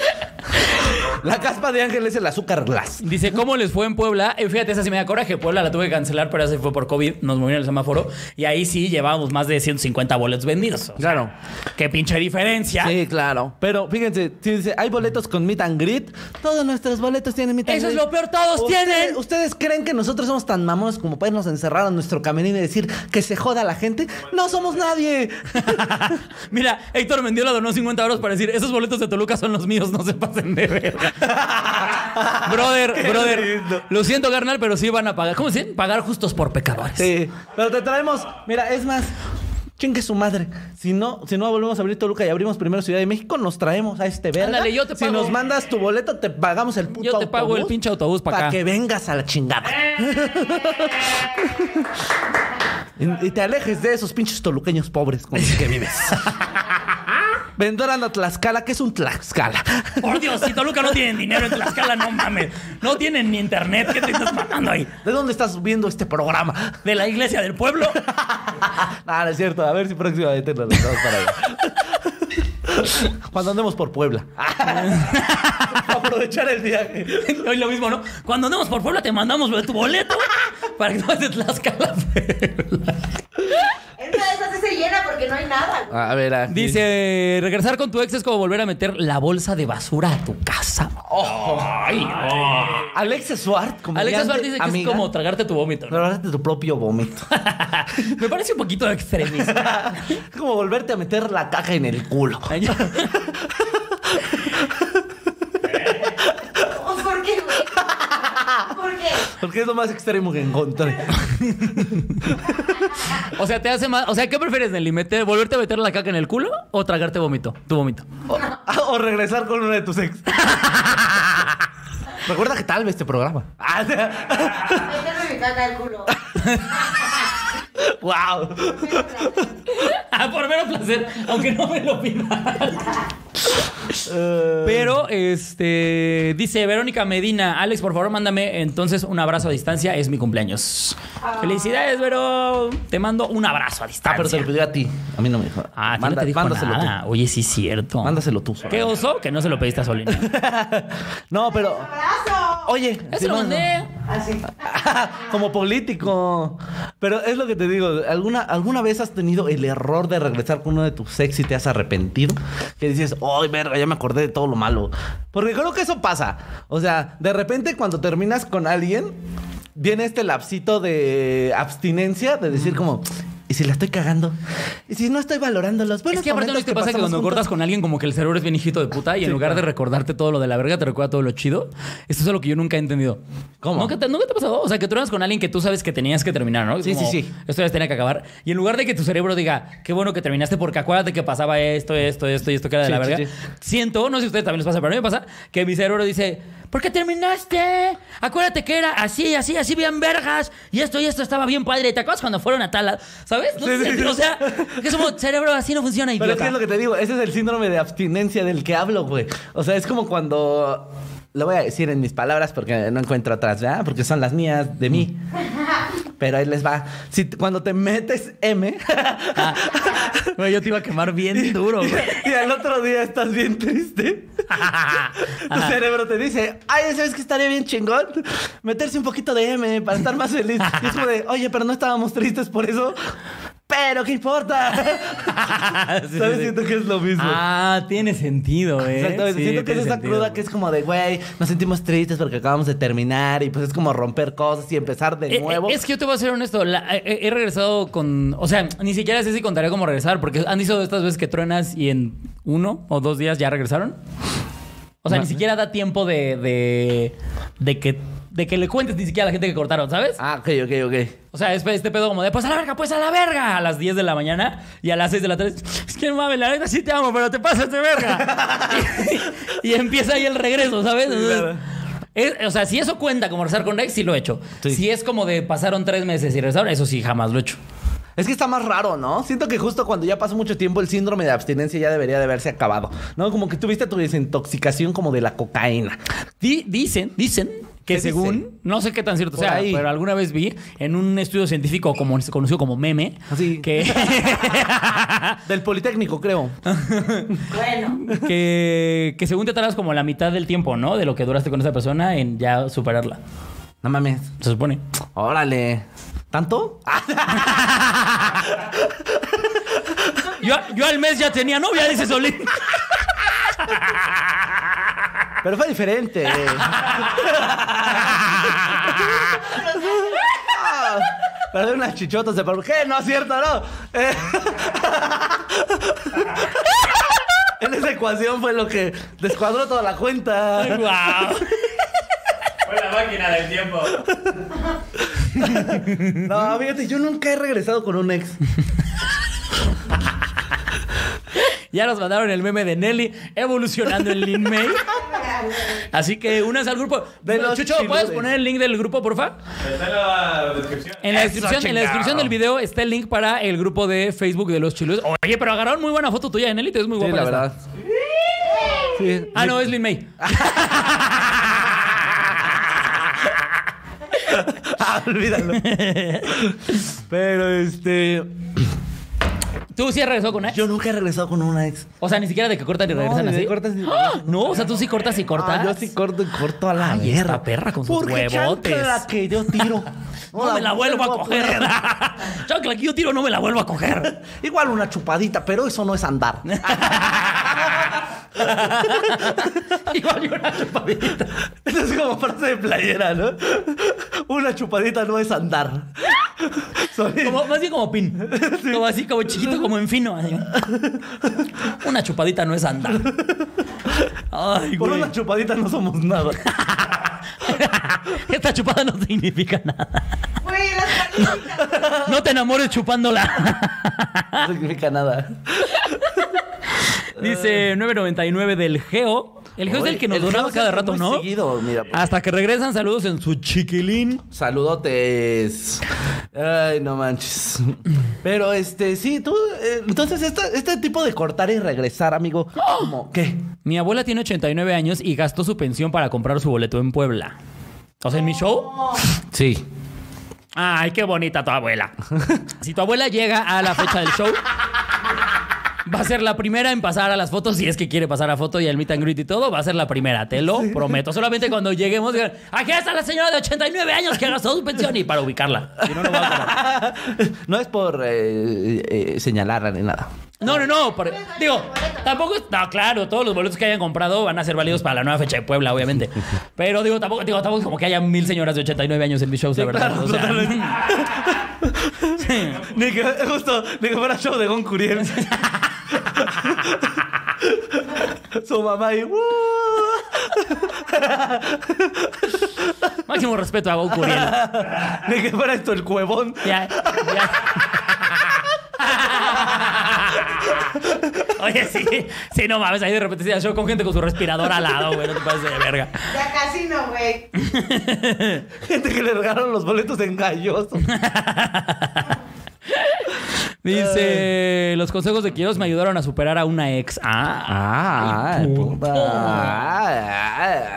Speaker 1: La caspa de Ángel es el azúcar glass.
Speaker 2: Dice, ¿cómo les fue en Puebla? Eh, fíjate, esa sí me da coraje. Puebla la tuve que cancelar, pero esa fue por COVID. Nos movieron el semáforo. Y ahí sí llevábamos más de 150 boletos vendidos. O sea,
Speaker 1: Claro.
Speaker 2: Qué pinche diferencia.
Speaker 1: Sí, claro. Pero fíjense, si dice, hay boletos con meet and greet. Todos nuestros boletos tienen meet and
Speaker 2: Eso es
Speaker 1: greet.
Speaker 2: lo peor, todos
Speaker 1: ¿Ustedes-
Speaker 2: tienen.
Speaker 1: ¿Ustedes creen que nosotros somos tan mamones como para irnos a encerrar a nuestro camerino y decir que se joda la gente? No somos nadie.
Speaker 2: Mira, Héctor Mendiola donó 50 euros para decir, esos boletos de Toluca son los míos, no se pasen de verga. brother, brother.
Speaker 1: lindo.
Speaker 2: Lo siento, carnal, pero sí van a pagar. ¿Cómo dicen? Pagar justos por pecadores.
Speaker 1: Sí, pero te traemos. Mira, es más, chingue su madre. Si no, si no volvemos a abrir Toluca y abrimos primero Ciudad de México, nos traemos a este verga.
Speaker 2: Ándale, yo te
Speaker 1: si
Speaker 2: pago.
Speaker 1: nos mandas tu boleto, te pagamos el puto
Speaker 2: Yo te pago
Speaker 1: autobús
Speaker 2: el pinche autobús pa' acá.
Speaker 1: Para que vengas a la chingada. y, y te alejes de esos pinches toluqueños pobres con los que vives. Vendrán a Tlaxcala, que es un Tlaxcala.
Speaker 2: Por Dios, si Toluca no tienen dinero en Tlaxcala, no mames. No tienen ni internet. ¿Qué te estás matando ahí?
Speaker 1: ¿De dónde estás viendo este programa?
Speaker 2: ¿De la iglesia del pueblo?
Speaker 1: Ah, no es cierto. A ver si próximamente nos lanzamos para allá. Cuando andemos por Puebla. Aprovechar el viaje.
Speaker 2: Hoy lo mismo, ¿no? Cuando andemos por Puebla te mandamos lo de tu boleto para que no vayas de Tlaxcala.
Speaker 3: Es una de esas sí se llena porque no hay nada. güey.
Speaker 1: A ver, aquí.
Speaker 2: Dice, regresar con tu ex es como volver a meter la bolsa de basura a tu casa.
Speaker 1: Alexa Suart, como
Speaker 2: Alexa Suárez dice que es como tragarte tu vómito. ¿no?
Speaker 1: de tu propio vómito.
Speaker 2: Me parece un poquito extremista.
Speaker 1: Es como volverte a meter la caja en el culo.
Speaker 3: Oh, ¿Por qué, güey? ¿Por qué?
Speaker 1: Porque es lo más extremo que encontré.
Speaker 2: o sea, te hace más... O sea, ¿qué prefieres, Nelly? ¿Meter- ¿Volverte a meter la caca en el culo o tragarte vómito? Tu vómito.
Speaker 1: O, ah, o regresar con uno de tus ex. Recuerda que tal vez este programa.
Speaker 3: Méteme mi caca al culo.
Speaker 1: wow.
Speaker 2: Ah, por mero placer, aunque no me lo pidas.
Speaker 1: Eh.
Speaker 2: Pero, este, dice Verónica Medina, Alex, por favor, mándame entonces un abrazo a distancia, es mi cumpleaños. Felicidades, Vero. Te mando un abrazo a
Speaker 1: Ah,
Speaker 2: distancia.
Speaker 1: pero te lo pidió a ti. A mí no me dijo.
Speaker 2: Ah, a ti no
Speaker 1: Manda-
Speaker 2: te dijo
Speaker 1: mándaselo
Speaker 2: nada.
Speaker 1: tú.
Speaker 2: Oye, sí es cierto.
Speaker 1: Mándaselo tú. Sora.
Speaker 2: ¿Qué oso? Que no se lo pediste a Solina.
Speaker 1: No, pero. Oye,
Speaker 2: Ya
Speaker 1: sí,
Speaker 2: se lo
Speaker 1: manda.
Speaker 2: mandé.
Speaker 3: Así.
Speaker 1: como político. Pero es lo que te digo. ¿alguna, ¿Alguna vez has tenido el error de regresar con uno de tus ex y te has arrepentido? Que dices, ¡ay, verga! Ya me acordé de todo lo malo. Porque creo que eso pasa. O sea, de repente cuando terminas con alguien, viene este lapsito de abstinencia, de decir como. Y si la estoy cagando. Y si no estoy valorando los buenos
Speaker 2: Es que aparte no
Speaker 1: momentos
Speaker 2: es que pasa que
Speaker 1: pasamos
Speaker 2: cuando cortas
Speaker 1: juntos?
Speaker 2: con alguien como que el cerebro es bien hijito de puta y en lugar de recordarte todo lo de la verga te recuerda todo lo chido. Esto es algo que yo nunca he entendido.
Speaker 1: ¿Cómo?
Speaker 2: ¿Nunca te, nunca te ha pasado? O sea, que tú eras con alguien que tú sabes que tenías que terminar, ¿no?
Speaker 1: Sí,
Speaker 2: Como,
Speaker 1: sí, sí.
Speaker 2: Esto ya se tenía que acabar. Y en lugar de que tu cerebro diga, qué bueno que terminaste porque acuérdate que pasaba esto, esto, esto y esto que era de
Speaker 1: Sí,
Speaker 2: la
Speaker 1: sí,
Speaker 2: verga.
Speaker 1: sí.
Speaker 2: Siento, no sé si a ustedes también les pasa, pero a mí me pasa que mi cerebro dice, ¿por qué terminaste? Acuérdate que era así, así, así bien vergas y esto y esto estaba bien padre. ¿Te acuerdas cuando fueron a tal? lado? ¿Sabes? No
Speaker 1: Sí,
Speaker 2: sé,
Speaker 1: sí, sí.
Speaker 2: O sea, que es como cerebro así no funciona,
Speaker 1: Pero
Speaker 2: idiota.
Speaker 1: es que es lo que te digo, ese es el síndrome de abstinencia del que hablo, güey. O sea, es como cuando. Lo voy a decir en mis palabras porque no encuentro atrás, ¿verdad? Porque son las mías de mí. Pero ahí les va. Si t- cuando te metes M
Speaker 2: Güey, yo te iba a quemar bien duro, güey.
Speaker 1: y al otro día estás bien triste, tu cerebro te dice, ay, ¿sabes que estaría bien chingón? Meterse un poquito de M para estar más feliz. Y es como de, oye, pero no estábamos tristes por eso. Pero, ¿qué importa?
Speaker 2: Ah, Sí,
Speaker 1: ¿Sabes?
Speaker 2: sí, sí.
Speaker 1: Siento que es lo mismo.
Speaker 2: Ah, tiene sentido, eh.
Speaker 1: Exactamente.
Speaker 2: Sí,
Speaker 1: Siento que es
Speaker 2: tiene
Speaker 1: esa
Speaker 2: sentido.
Speaker 1: cruda que es como de, güey, nos sentimos tristes porque acabamos de terminar y pues es como romper cosas y empezar de
Speaker 2: Eh,
Speaker 1: nuevo.
Speaker 2: eh, Es que yo te voy a ser honesto, la- eh, eh, he regresado con. O sea, ni siquiera sé si contaré cómo regresar, porque han dicho estas veces que truenas y en uno o dos días ya regresaron. O sea, ni siquiera da tiempo de. de, de que. De que le cuentes ni siquiera a la gente que cortaron, ¿sabes?
Speaker 1: Ah, ok, ok, ok.
Speaker 2: O sea, es este pedo como de, pues a la verga, pues a la verga. A las 10 de la mañana y a las 6 de la tarde. Es que no mames, la neta sí te amo, pero te pasas de verga. y, empieza ahí el regreso, ¿sabes? Entonces,
Speaker 1: claro.
Speaker 2: es- o sea, si eso cuenta como regresar con ex, sí lo he hecho.
Speaker 1: Sí.
Speaker 2: Si es como de pasaron tres meses y regresaron, eso sí, jamás lo he hecho.
Speaker 1: Es que está más raro, ¿no? Siento que justo cuando ya pasó mucho tiempo el síndrome de abstinencia ya debería de haberse acabado, ¿no? Como que tuviste tu desintoxicación como de la cocaína.
Speaker 2: Di- dicen, dicen que
Speaker 1: ¿Qué
Speaker 2: según,
Speaker 1: dicen?
Speaker 2: no sé qué tan cierto
Speaker 1: Por
Speaker 2: sea,
Speaker 1: ahí.
Speaker 2: pero alguna vez vi en un estudio científico como, conocido como meme,
Speaker 1: Así.
Speaker 2: que...
Speaker 1: Del Politécnico, creo.
Speaker 3: Bueno.
Speaker 2: que, que según te tardas como la mitad del tiempo, ¿no? De lo que duraste con esa persona en ya superarla.
Speaker 1: No mames.
Speaker 2: Se supone.
Speaker 1: Órale. ¿Tanto? Ah,
Speaker 2: Yo, yo al mes ya tenía novia, dice Solín.
Speaker 1: pero fue diferente. Ah, Pero de unas chichotas de por ¿Qué? No es cierto, no. Eh. en esa ecuación fue lo que descuadró toda la cuenta.
Speaker 2: Guau.
Speaker 4: Fue la máquina del tiempo.
Speaker 1: No, fíjate, yo nunca he regresado con un ex.
Speaker 2: Ya nos mandaron el meme de Nelly evolucionando en Lin May. Así que únanse al grupo.
Speaker 1: De los
Speaker 2: Chucho, ¿puedes
Speaker 1: chiludes.
Speaker 2: poner el link del grupo, porfa?
Speaker 4: Está en la descripción.
Speaker 2: En la, descripción, en la descripción del video está el link para el grupo de Facebook de los chiludes. Oye, pero agarraron muy buena foto tuya, ¿eh, Nelly. Te ves muy
Speaker 1: Sí,
Speaker 2: guapa.
Speaker 1: la
Speaker 2: en esta.
Speaker 1: verdad. Sí.
Speaker 2: Ah, no, es Lin May.
Speaker 1: Ah, olvídalo. Pero este.
Speaker 2: Tú sí has regresado con él.
Speaker 1: Yo nunca he regresado con una ex.
Speaker 2: O sea, ni siquiera de que cortan y
Speaker 1: No,
Speaker 2: regresan
Speaker 1: ni de
Speaker 2: así.
Speaker 1: cortas ni-
Speaker 2: ¡Ah! No, o sea, tú sí cortas y cortas.
Speaker 1: Ah, yo sí corto y corto a la
Speaker 2: Ay, esta
Speaker 1: mierda.
Speaker 2: perra con sus
Speaker 1: Porque
Speaker 2: huevotes.
Speaker 1: chancla que yo tiro.
Speaker 2: No me la vuelvo a coger. Chancla, que yo tiro, no me la vuelvo a coger.
Speaker 1: Igual una chupadita, pero eso no es andar.
Speaker 2: Igual y una chupadita.
Speaker 1: Eso es como frase de playera, ¿no? Una chupadita no es andar. Soy-
Speaker 2: Como, más bien como pin. Como así, como chiquito, como en fino. así. Una chupadita no es andar. Ay,
Speaker 1: Por
Speaker 2: güey.
Speaker 1: una chupadita no somos nada.
Speaker 2: Esta chupada no significa nada.
Speaker 3: Güey, las patitas.
Speaker 2: No te enamores chupándola.
Speaker 1: No significa nada.
Speaker 2: Dice 999 del Geo. El Geo es el que nos donaba
Speaker 1: Geo se
Speaker 2: cada
Speaker 1: hace
Speaker 2: rato,
Speaker 1: muy
Speaker 2: ¿no?
Speaker 1: seguido, mira.
Speaker 2: Hasta que regresan, saludos en su chiquilín.
Speaker 1: Saludotes. Ay, no manches. Pero este, sí, tú. eh, entonces, esta- este tipo de cortar y regresar, amigo. Como, ¿Qué?
Speaker 2: Mi abuela tiene 89 años y gastó su pensión para comprar su boleto en Puebla. O sea, en mi show.
Speaker 1: Sí.
Speaker 2: Oh. Ay, qué bonita tu abuela. Si tu abuela llega a la fecha del show, va a ser la primera en pasar a las fotos, si es que quiere pasar a foto y al meet and greet y todo, va a ser la primera, te lo prometo. Solamente cuando lleguemos, digan, aquí está la señora de 89 años que gastó su pensión y para ubicarla. Si no, no va a parar.
Speaker 1: No es por eh, eh, señalarla ni nada.
Speaker 2: No, no, no. por- digo, tampoco. No, claro, todos los boletos que hayan comprado van a ser válidos para la nueva fecha de Puebla, obviamente. Pero digo, tampoco, digo, tampoco es como que haya mil señoras de 89 años en mis shows, la verdad.
Speaker 1: claro,
Speaker 2: o sea,
Speaker 1: totalmente.
Speaker 2: Sí.
Speaker 1: Ni que, justo, ni que fuera show de Gon Curiel. Su mamá y. "Uh".
Speaker 2: Máximo respeto a Goku Uriel.
Speaker 1: Ni que fuera esto el cuevón.
Speaker 2: Ya, ya. Oye, sí, sí, no mames, ahí de repente se yo con gente con su respirador al lado, güey, no te pases de verga.
Speaker 3: Ya casi no, güey.
Speaker 1: Gente que le regalaron los boletos engañosos.
Speaker 2: Dice, los consejos de Quieros me ayudaron a superar a una ex. Ah,
Speaker 1: Ah, puta.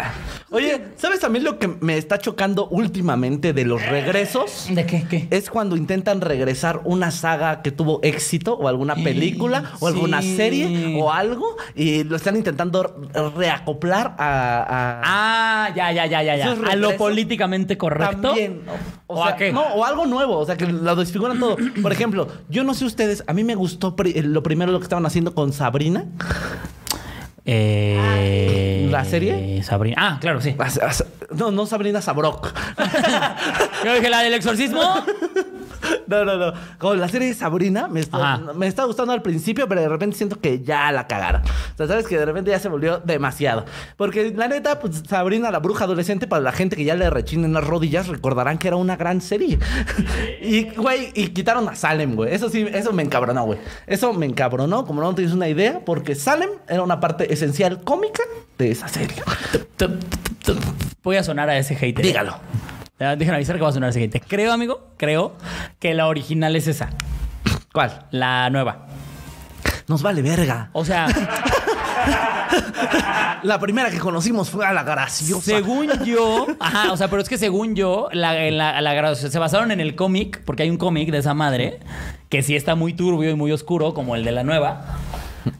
Speaker 1: Ah. Oye, ¿sabes también lo que me está chocando últimamente de los regresos?
Speaker 2: ¿de qué, qué?
Speaker 1: Es cuando intentan regresar una saga que tuvo éxito o alguna película o
Speaker 2: sí.
Speaker 1: alguna serie o algo y lo están intentando reacoplar a... a-
Speaker 2: Ah, ya, ya, ya, ya, ya.
Speaker 1: Eso es
Speaker 2: A lo
Speaker 1: regreso.
Speaker 2: políticamente correcto.
Speaker 1: También. O,
Speaker 2: ¿O
Speaker 1: sea,
Speaker 2: a qué?
Speaker 1: No, o algo nuevo. O sea, que lo desfiguran todo. Por ejemplo, yo no sé ustedes, a mí me gustó pri- lo primero lo que estaban haciendo con Sabrina.
Speaker 2: Eh,
Speaker 1: ¿La serie?
Speaker 2: Sabrina. Ah, claro, sí.
Speaker 1: As- as- No, no Sabrina Sabrok.
Speaker 2: Yo dije la del exorcismo.
Speaker 1: No, no, no. Con la serie de Sabrina me está,
Speaker 2: Ajá.
Speaker 1: me está gustando al principio, pero de repente siento que ya la cagaron. O sea, sabes que de repente ya se volvió demasiado. Porque la neta, pues Sabrina la bruja adolescente, para la gente que ya le rechinen las rodillas, recordarán que era una gran serie. y, güey, y quitaron a Salem, güey. Eso sí, eso me encabronó, güey. Eso me encabronó, como no tienes una idea, porque Salem era una parte esencial cómica de esa serie.
Speaker 2: Voy a sonar a ese hater.
Speaker 1: Dígalo.
Speaker 2: Ya, Dejen avisar que va a sonar el siguiente. Creo, amigo, creo que la original es esa,
Speaker 1: ¿Cuál?
Speaker 2: la nueva.
Speaker 1: Nos vale verga.
Speaker 2: O sea,
Speaker 1: La primera que conocimos fue a la graciosa.
Speaker 2: según yo, ajá, o sea, pero es que según yo, la, en la- la gra- se basaron en el cómic, porque hay un cómic de esa madre que sí está muy turbio y muy oscuro, como el de la nueva.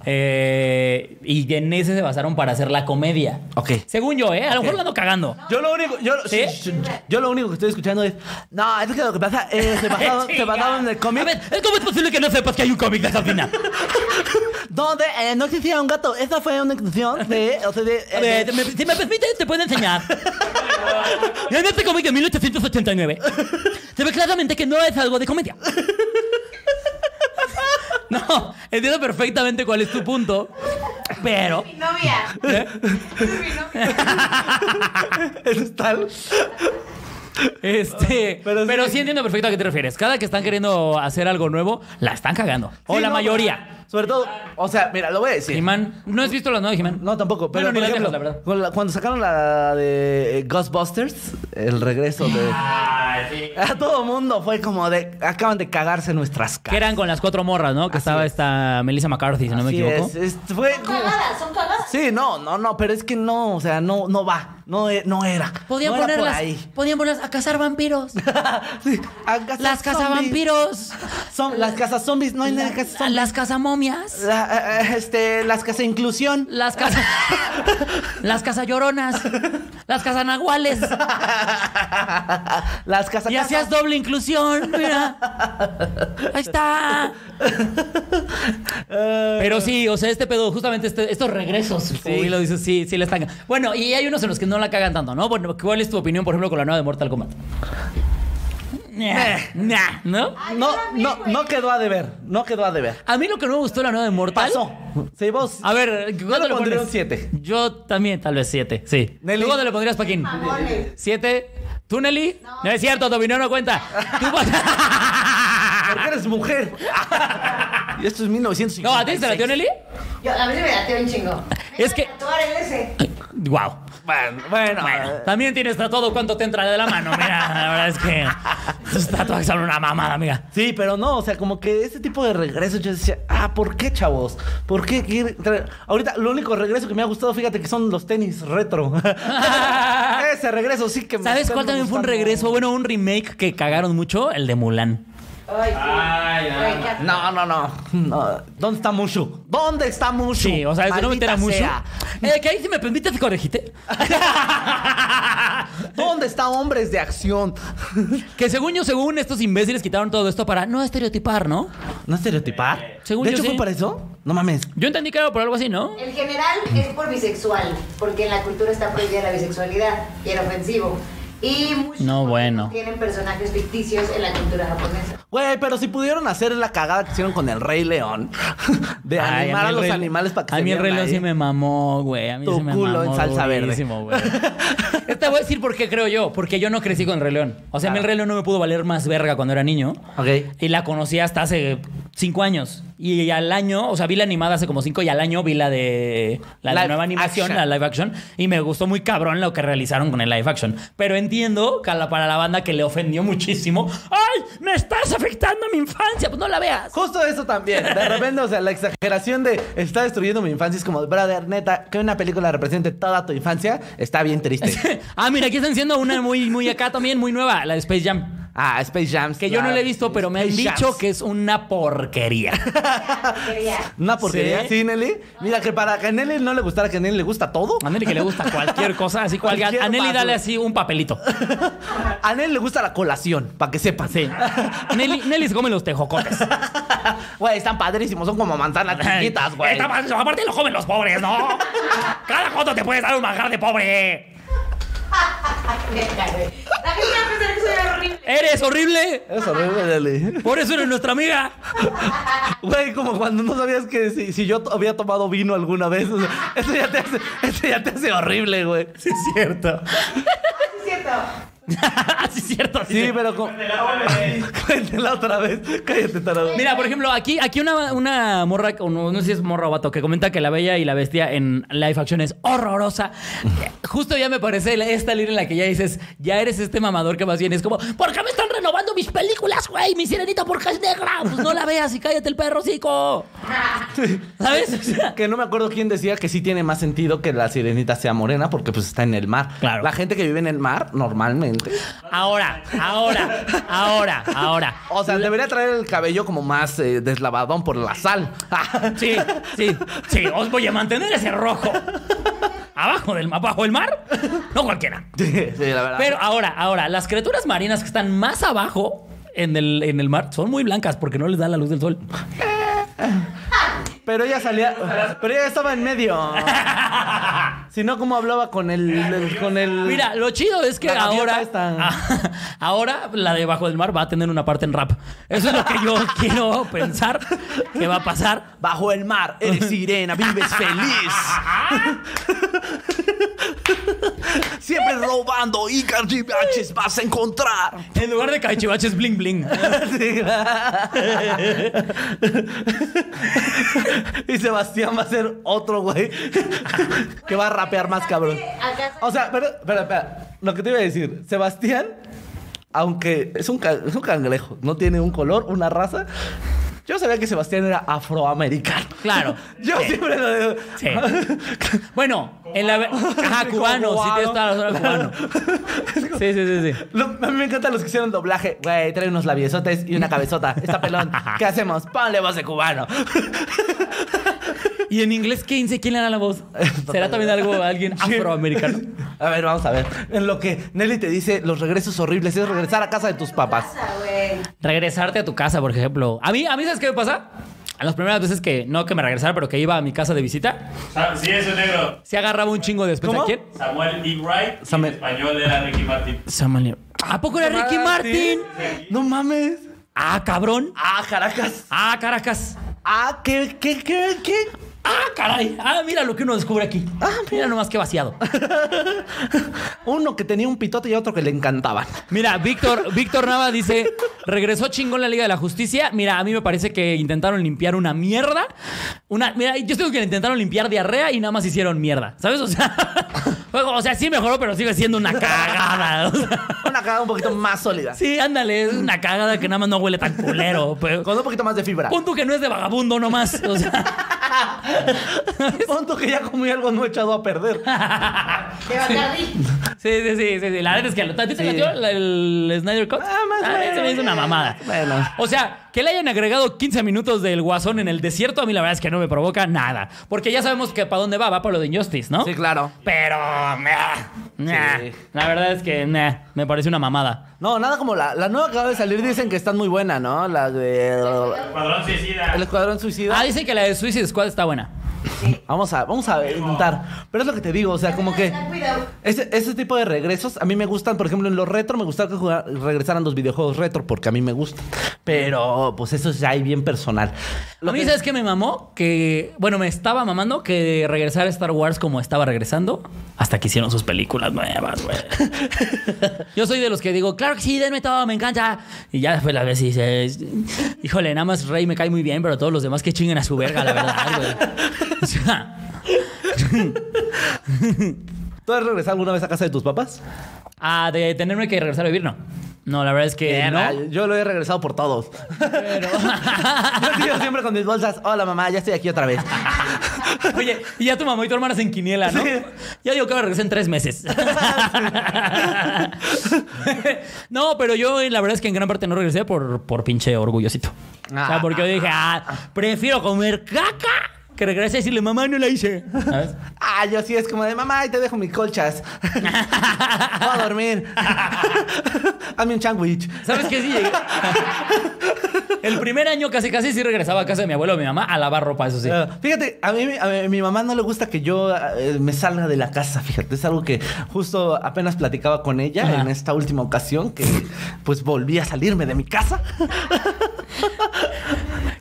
Speaker 2: Eh, y en ese se basaron para hacer la comedia.
Speaker 1: Ok.
Speaker 2: Según yo, ¿eh? A lo mejor lo ando cagando.
Speaker 1: Yo lo único, yo,
Speaker 2: ¿Sí?
Speaker 1: sh- sh- yo lo único que estoy escuchando es, no, es que lo que pasa es se basaron, se basaron en el
Speaker 2: A ver,
Speaker 1: cómic
Speaker 2: ¿cómo es posible que no sepas que hay un cómic de Sabrina?
Speaker 1: donde eh, no existía un gato. Esa fue una inclusión de, o sea, de, eh,
Speaker 2: A ver,
Speaker 1: de-
Speaker 2: me- si me permite, te puedo enseñar. En este cómic de 1889 se ve claramente que no es algo de comedia. No, entiendo perfectamente cuál es tu punto, pero...
Speaker 3: Mi novia.
Speaker 1: ¿Eh?
Speaker 3: Mi novia.
Speaker 1: es tal.
Speaker 2: Este, pero,
Speaker 1: Pero sí.
Speaker 2: sí entiendo perfecto a qué te refieres. Cada que están queriendo hacer algo nuevo, la están cagando. O
Speaker 1: Sí,
Speaker 2: la
Speaker 1: no,
Speaker 2: mayoría.
Speaker 1: Sobre todo, o sea, mira, lo voy a decir.
Speaker 2: He-Man, ¿no has visto las nuevas de He-Man?
Speaker 1: No, tampoco, pero
Speaker 2: Bueno, ni
Speaker 1: por
Speaker 2: las
Speaker 1: ejemplo,
Speaker 2: viejas, la verdad.
Speaker 1: con la- cuando sacaron la de eh, Ghostbusters, el regreso de... A todo mundo fue como de, acaban de cagarse nuestras
Speaker 2: Que
Speaker 1: caras.
Speaker 2: eran con las cuatro morras, ¿no? Que
Speaker 1: Así
Speaker 2: estaba
Speaker 1: es.
Speaker 2: esta Melissa McCarthy, si no me
Speaker 1: Así
Speaker 2: equivoco.
Speaker 1: es, es- fue
Speaker 3: Son
Speaker 1: como-
Speaker 3: cagadas, son cagadas.
Speaker 1: Sí, no, no, no, pero es que no, o sea, no, no va, no, e- no era.
Speaker 5: Podían
Speaker 1: no era por
Speaker 5: ponerlas.
Speaker 1: ahí.
Speaker 5: Podían ponerlas a cazar vampiros.
Speaker 1: Sí, a cazar
Speaker 5: Las
Speaker 1: zombies.
Speaker 5: cazavampiros.
Speaker 1: Son, las casas zombies, no hay nada que
Speaker 5: La- las cazamomias.
Speaker 1: La- eh, este, las casas inclusión.
Speaker 5: Las casas. las cazalloronas. Las cazanaguales.
Speaker 1: Las casas.
Speaker 5: Y hacías doble inclusión. Mira. Ahí está.
Speaker 2: Pero sí, o sea, este pedo, justamente este- estos regresos, como bien lo dices, sí, sí la están. Bueno, y hay unos en los que no la cagan tanto, ¿no? Bueno, ¿cuál es tu opinión, por ejemplo, con la nueva de Mortal Kombat? Nah, nah, ¿no?
Speaker 1: No, no, no quedó a deber, no quedó a deber.
Speaker 2: A mí lo que no me gustó de la nueva de Mortal.
Speaker 1: Pasó. Sí, vos.
Speaker 2: A ver,
Speaker 1: Yo
Speaker 2: ¿cuándo
Speaker 1: le
Speaker 2: le
Speaker 1: pondría
Speaker 2: pones?
Speaker 1: un 7.
Speaker 2: Yo también, tal vez siete, sí.
Speaker 1: Nelly.
Speaker 2: ¿Tú cuándo le pondrías, Paquín?
Speaker 3: Mamones.
Speaker 2: ¿Siete? ¿Tú, Nelly? No. es cierto, tu opinión no cuenta. Tú, pa-
Speaker 1: Porque eres mujer. y esto es 1950.
Speaker 2: no, ¿a ti se la dio Nelly?
Speaker 3: Yo, a mí se me dateó un chingo.
Speaker 2: Es que-
Speaker 3: Tatuar el ese.
Speaker 2: Wow.
Speaker 1: Bueno, bueno.
Speaker 2: Bueno, también tienes tatuado cuánto te entra de la mano. Mira, la verdad es que tus tatuajes son una mamada, amiga.
Speaker 1: Sí, pero no, o sea, como que ese tipo de regresos yo decía, ah, ¿por qué, chavos? ¿Por qué? quieren traer? Ahorita, lo único regreso que me ha gustado, fíjate que son los tenis retro. ese regreso sí que me
Speaker 2: ¿Sabes
Speaker 1: están
Speaker 2: cuál también fue un
Speaker 1: gustando.
Speaker 2: regreso? Bueno, un remake que cagaron mucho, el de Mulan.
Speaker 3: Ay, sí.
Speaker 4: Ay, ya.
Speaker 3: Ay, ya.
Speaker 1: No, no, no, no. ¿Dónde está Mushu? ¿Dónde está Mushu?
Speaker 2: Sí, o sea, de no meter
Speaker 1: Maldita
Speaker 2: a Mushu.
Speaker 1: sea.
Speaker 2: Eh, que ahí si me permites te corregite.
Speaker 1: ¿Dónde está Hombres de Acción?
Speaker 2: Que según yo, según estos imbéciles quitaron todo esto para no estereotipar, ¿no?
Speaker 1: ¿No estereotipar?
Speaker 2: Eh, Según
Speaker 1: ¿De
Speaker 2: yo
Speaker 1: hecho
Speaker 2: sí.
Speaker 1: fue para eso? No mames.
Speaker 2: Yo entendí que era por algo así, ¿no?
Speaker 3: El general es por bisexual, porque en la cultura está prohibida la bisexualidad y era ofensivo. Y muchos
Speaker 2: No, bueno.
Speaker 3: tienen personajes ficticios en la cultura japonesa.
Speaker 1: Güey, pero si pudieron hacer la cagada que hicieron con el Rey León. De
Speaker 2: Ay,
Speaker 1: animar
Speaker 2: mí
Speaker 1: a,
Speaker 2: el
Speaker 1: los
Speaker 2: reloj-
Speaker 1: animales para que
Speaker 2: A
Speaker 1: se
Speaker 2: mí el
Speaker 1: vieran
Speaker 2: reloj
Speaker 1: ahí.
Speaker 2: sí me mamó, güey. A mí
Speaker 1: Tu
Speaker 2: sí me
Speaker 1: culo en
Speaker 2: mamó
Speaker 1: salsa verde.
Speaker 2: durísimo, güey. Esta voy a decir por qué creo yo. Porque yo no crecí con el Rey León. O sea, a mí el Rey León no me pudo valer más verga cuando era niño.
Speaker 1: Ok.
Speaker 2: Y la conocí hasta hace cinco años. Y al año, o sea, vi la animada hace como cinco y al año vi la de la de
Speaker 1: Live
Speaker 2: nueva animación,
Speaker 1: action.
Speaker 2: la live action. Y me gustó muy cabrón lo que realizaron con el live action. Pero entiendo que a la- para la banda que le ofendió muchísimo. ¡Ay! ¡Me estás afectando mi infancia! Pues no la veas.
Speaker 1: Justo eso también. De repente, o sea, la exageración de está destruyendo mi infancia es como, brother, neta, que una película represente toda tu infancia está bien triste.
Speaker 2: ah, mira, aquí están siendo una muy, muy acá también, muy nueva, la de Space Jam.
Speaker 1: Ah, Space Jam.
Speaker 2: Que yo no la he visto, pero me han dicho que es una porquería.
Speaker 3: Quería.
Speaker 1: Una porquería.
Speaker 2: Sí.
Speaker 1: Sí, Nelly. Mira, que para que a Nelly no le gustara, que a Nelly le gusta todo.
Speaker 2: A Nelly que le gusta cualquier cosa, así cualquier.
Speaker 1: Cualquier
Speaker 2: A Nelly
Speaker 1: basura.
Speaker 2: dale así un papelito.
Speaker 1: A Nelly le gusta la colación, para que sepas.
Speaker 2: Sí. Nelly, Nelly se come los tejocotes.
Speaker 1: Güey, están padrísimos, son como manzanas chiquitas, güey.
Speaker 2: Está mal, aparte lo comen los pobres, ¿no? Cada cuánto te puedes dar un manjar de pobre.
Speaker 3: Neta, güey. La gente va a pensar que soy horrible.
Speaker 2: Eres horrible.
Speaker 1: Es horrible, Nelly.
Speaker 2: Por eso eres nuestra amiga.
Speaker 1: Güey, como cuando no sabías que si, si yo to- había tomado vino alguna vez. o sea, eso, ya te hace, eso ya te hace horrible, güey.
Speaker 2: Sí, es cierto.
Speaker 3: Ah, sí, es cierto.
Speaker 2: sí, es cierto. sí,
Speaker 1: Sí,
Speaker 2: sí.
Speaker 1: pero con...
Speaker 4: De la otra vez.
Speaker 1: Cuéntela otra vez. Cállate, tarado.
Speaker 2: Mira, por ejemplo, aquí, aquí una, una morra, o no, no sé si es morra o vato, que comenta que la bella y la bestia en live action es horrorosa. Justo ya me parece la- esta línea en la que ya dices, ya eres este mamador que más bien es como, ¿por qué me están renovando mis películas, güey? Mi sirenita, porque es negra? Pues no la veas y cállate el perro, chico. ¿Sabes? O sea,
Speaker 1: Que no me acuerdo quién decía que sí tiene más sentido que la sirenita sea morena porque pues está en el mar.
Speaker 2: Claro.
Speaker 1: La gente que vive en el mar normalmente.
Speaker 2: ahora, ahora, ahora, ahora.
Speaker 1: O sea, debería traer el cabello como más eh, deslavadón por la sal.
Speaker 2: Sí, sí, sí, os voy a mantener ese rojo. Abajo del mapa, bajo el mar, no cualquiera.
Speaker 1: Sí, sí, la verdad.
Speaker 2: Pero ahora, ahora, las criaturas marinas que están más abajo en el, en el mar son muy blancas porque no les da la luz del sol.
Speaker 1: Pero ella salía. Pero ella estaba en medio. Si no, ¿cómo hablaba con el. el- con el.
Speaker 2: Mira, lo chido es que
Speaker 1: La gaviota
Speaker 2: ahora.
Speaker 1: esta.
Speaker 2: ahora la de bajo del mar va a tener una parte en rap. Eso es lo que yo quiero pensar que va a pasar.
Speaker 1: Bajo el mar, eres sirena, vives feliz. Siempre robando y cachivaches vas a encontrar.
Speaker 2: En lugar de cachivaches bling bling.
Speaker 1: y Sebastián va a ser otro güey que va a rapear más cabrón. O sea, pero, pero, espera, lo que te iba a decir, Sebastián, aunque es un, ca- es un cangrejo, no tiene un color, una raza. Yo sabía que Sebastián era afroamericano.
Speaker 2: Claro.
Speaker 1: Yo siempre lo digo.
Speaker 2: Sí. Bueno, en la. Ajá, cubano, sí, tienes toda la razón, cubano. Sí, sí, sí, sí.
Speaker 1: Lo- a mí me encantan los que hicieron doblaje. Güey, trae unos labiosotes y una cabezota. Está pelón. ¿Qué hacemos? Ponle voz de cubano.
Speaker 2: ¿Y en inglés quién se quién le da la voz? ¿Será también algo alguien afroamericano?
Speaker 1: A ver, vamos a ver. En lo que Nelly te dice, los regresos horribles es regresar a casa de tus papás.
Speaker 3: Pasa, güey.
Speaker 2: Regresarte a tu casa, por ejemplo. A mí, a mí ¿sabes qué me pasa? A las primeras veces que, no que me regresara, pero que iba a mi casa de visita,
Speaker 4: Sa- Ah, Sí, es un negro.
Speaker 2: se agarraba un chingo de despensa.
Speaker 1: ¿Cómo?
Speaker 2: ¿Quién?
Speaker 4: Samuel E. Wright. y En
Speaker 1: Samuel.
Speaker 4: español era Ricky Martin.
Speaker 2: Samuel. ¿A poco era
Speaker 1: Ah,
Speaker 2: Ricky Martin?
Speaker 1: No mames.
Speaker 2: Ah, cabrón.
Speaker 1: Ah, Caracas.
Speaker 2: Ah, Caracas.
Speaker 1: Ah, ¿qué, qué, qué, qué?
Speaker 2: Ah, caray. Ah, mira lo que uno descubre aquí. Ah, mira nomás que vaciado.
Speaker 1: Uno que tenía un pitote y otro que le encantaban.
Speaker 2: Mira, Víctor, Víctor Nava dice, regresó chingón la Liga de la Justicia. Mira, a mí me parece que intentaron limpiar una mierda. Una, mira, yo tengo que le intentaron limpiar diarrea y nada más hicieron mierda. ¿Sabes? O sea, O sea, sí mejoró, pero sigue siendo una cagada. O sea,
Speaker 1: Una cagada un poquito más sólida.
Speaker 2: sí, ándale, es una cagada que nada más no huele tan culero. Pero,
Speaker 1: Con un poquito más de fibra.
Speaker 2: pon tú que no es de vagabundo nomás. O sea,
Speaker 1: Punto que ya comí algo no echado a perder.
Speaker 3: De Bacardi.
Speaker 2: sí, sí, sí, sí, sí. La verdad es que a ti te
Speaker 1: Sí.
Speaker 2: latió la- el Snyder Cut.
Speaker 1: Ah, más o
Speaker 2: a mí se me hizo una
Speaker 1: menos.
Speaker 2: mamada.
Speaker 1: Bueno.
Speaker 2: O sea, que le hayan agregado 15 minutos del guasón en el desierto, a mí la verdad es que no me provoca nada. Porque ya sabemos que para dónde va, va para lo de Injustice, ¿no?
Speaker 1: Sí, claro.
Speaker 2: Pero, meh, nah.
Speaker 1: Sí.
Speaker 2: la verdad es que nah, me parece una mamada.
Speaker 1: No, nada como la, la nueva que acaba de salir. Dicen que están muy buena, ¿no? La de.
Speaker 4: Cuadrón suicida.
Speaker 1: El Escuadrón Suicida.
Speaker 2: Ah, dice que la de Suicide Squad está buena.
Speaker 1: Vamos a, vamos a intentar. Pero es lo que te digo, o sea, como que.
Speaker 3: Ten cuidado.
Speaker 1: Ese, ese tipo de regresos a mí me gustan, por ejemplo, en los retro me gustaba que jugara- regresaran los videojuegos retro porque a mí me gusta. Pero pues eso es ya ahí bien personal.
Speaker 2: Lo
Speaker 1: Lo
Speaker 2: a mí,
Speaker 1: que-
Speaker 2: ¿sabes qué me mamó? Que, bueno, me estaba mamando que regresar a Star Wars como estaba regresando hasta que hicieron sus películas nuevas, güey. Yo soy de los que digo, claro que sí, denme todo, me encanta. Y ya después la vez dices, híjole, nada más Rey me cae muy bien, pero todos los demás que chinguen a su verga, la verdad, güey. O sea,
Speaker 1: ¿Tú has regresado alguna vez a casa de tus papás?
Speaker 2: a de tenerme que regresar a vivir, no. No, la verdad es que
Speaker 1: Mierda,
Speaker 2: Eh, no.
Speaker 1: Eh, Yo lo he regresado por todos.
Speaker 2: Pero...
Speaker 1: Yo he sido siempre con mis bolsas. Hola mamá, ya estoy aquí otra vez.
Speaker 2: Oye, y ya tu mamá y tu hermana se en quiniela, ¿no?
Speaker 1: Sí.
Speaker 2: Ya digo que ahora regresé en tres meses. no, pero yo eh, la verdad es que en gran parte no regresé por, por pinche orgullosito. O sea, porque yo dije, ah, prefiero comer caca que regresar y decirle, mamá, no la hice. ¿Sabes?
Speaker 1: Ah, yo sí es como de mamá, ahí te dejo mis colchas. Voy a dormir. Hazme un sandwich.
Speaker 2: ¿Sabes qué? Sí, llegué- El primer año casi casi sí regresaba a casa de mi abuelo o mi mamá a lavar ropa, eso sí.
Speaker 1: Eh, Fíjate, a mí, a mí- mi mamá no le gusta que yo eh, me salga de la casa, fíjate. Es algo que justo apenas platicaba con ella
Speaker 2: Ajá.
Speaker 1: en esta última ocasión que pues volví a salirme de mi casa.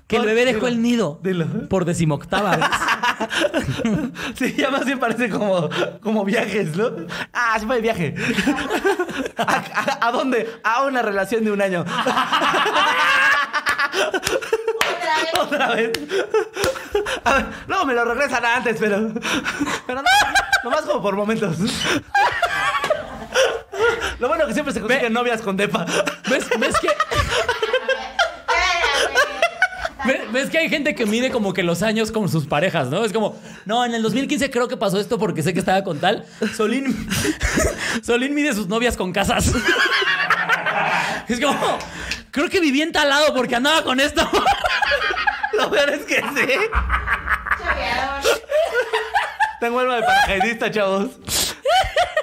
Speaker 2: Que el bebé dejó el nido
Speaker 1: Dilo.
Speaker 2: por decimoctava vez.
Speaker 1: sí, ya más bien parece como, como viajes, ¿no? Ah, se fue de viaje. ¿A, a, a dónde? A una relación de un año.
Speaker 3: Otra vez.
Speaker 1: Otra vez. A ver, luego me lo regresan antes, pero. Pero no, nomás como por momentos. Lo bueno que siempre se consiguen novias con depa.
Speaker 2: ¿Ves, ves que.? Ve- ¿Ves que hay gente que mide como que los años con sus parejas, no? Es como, no, en el 2015 creo que pasó esto porque sé que estaba con tal. Solín, Solín mide sus novias con casas. Es como, creo que viví en tal lado porque andaba con esto.
Speaker 1: Lo peor es que sí.
Speaker 3: Choreador.
Speaker 1: Tengo alma de paracaidista, chavos.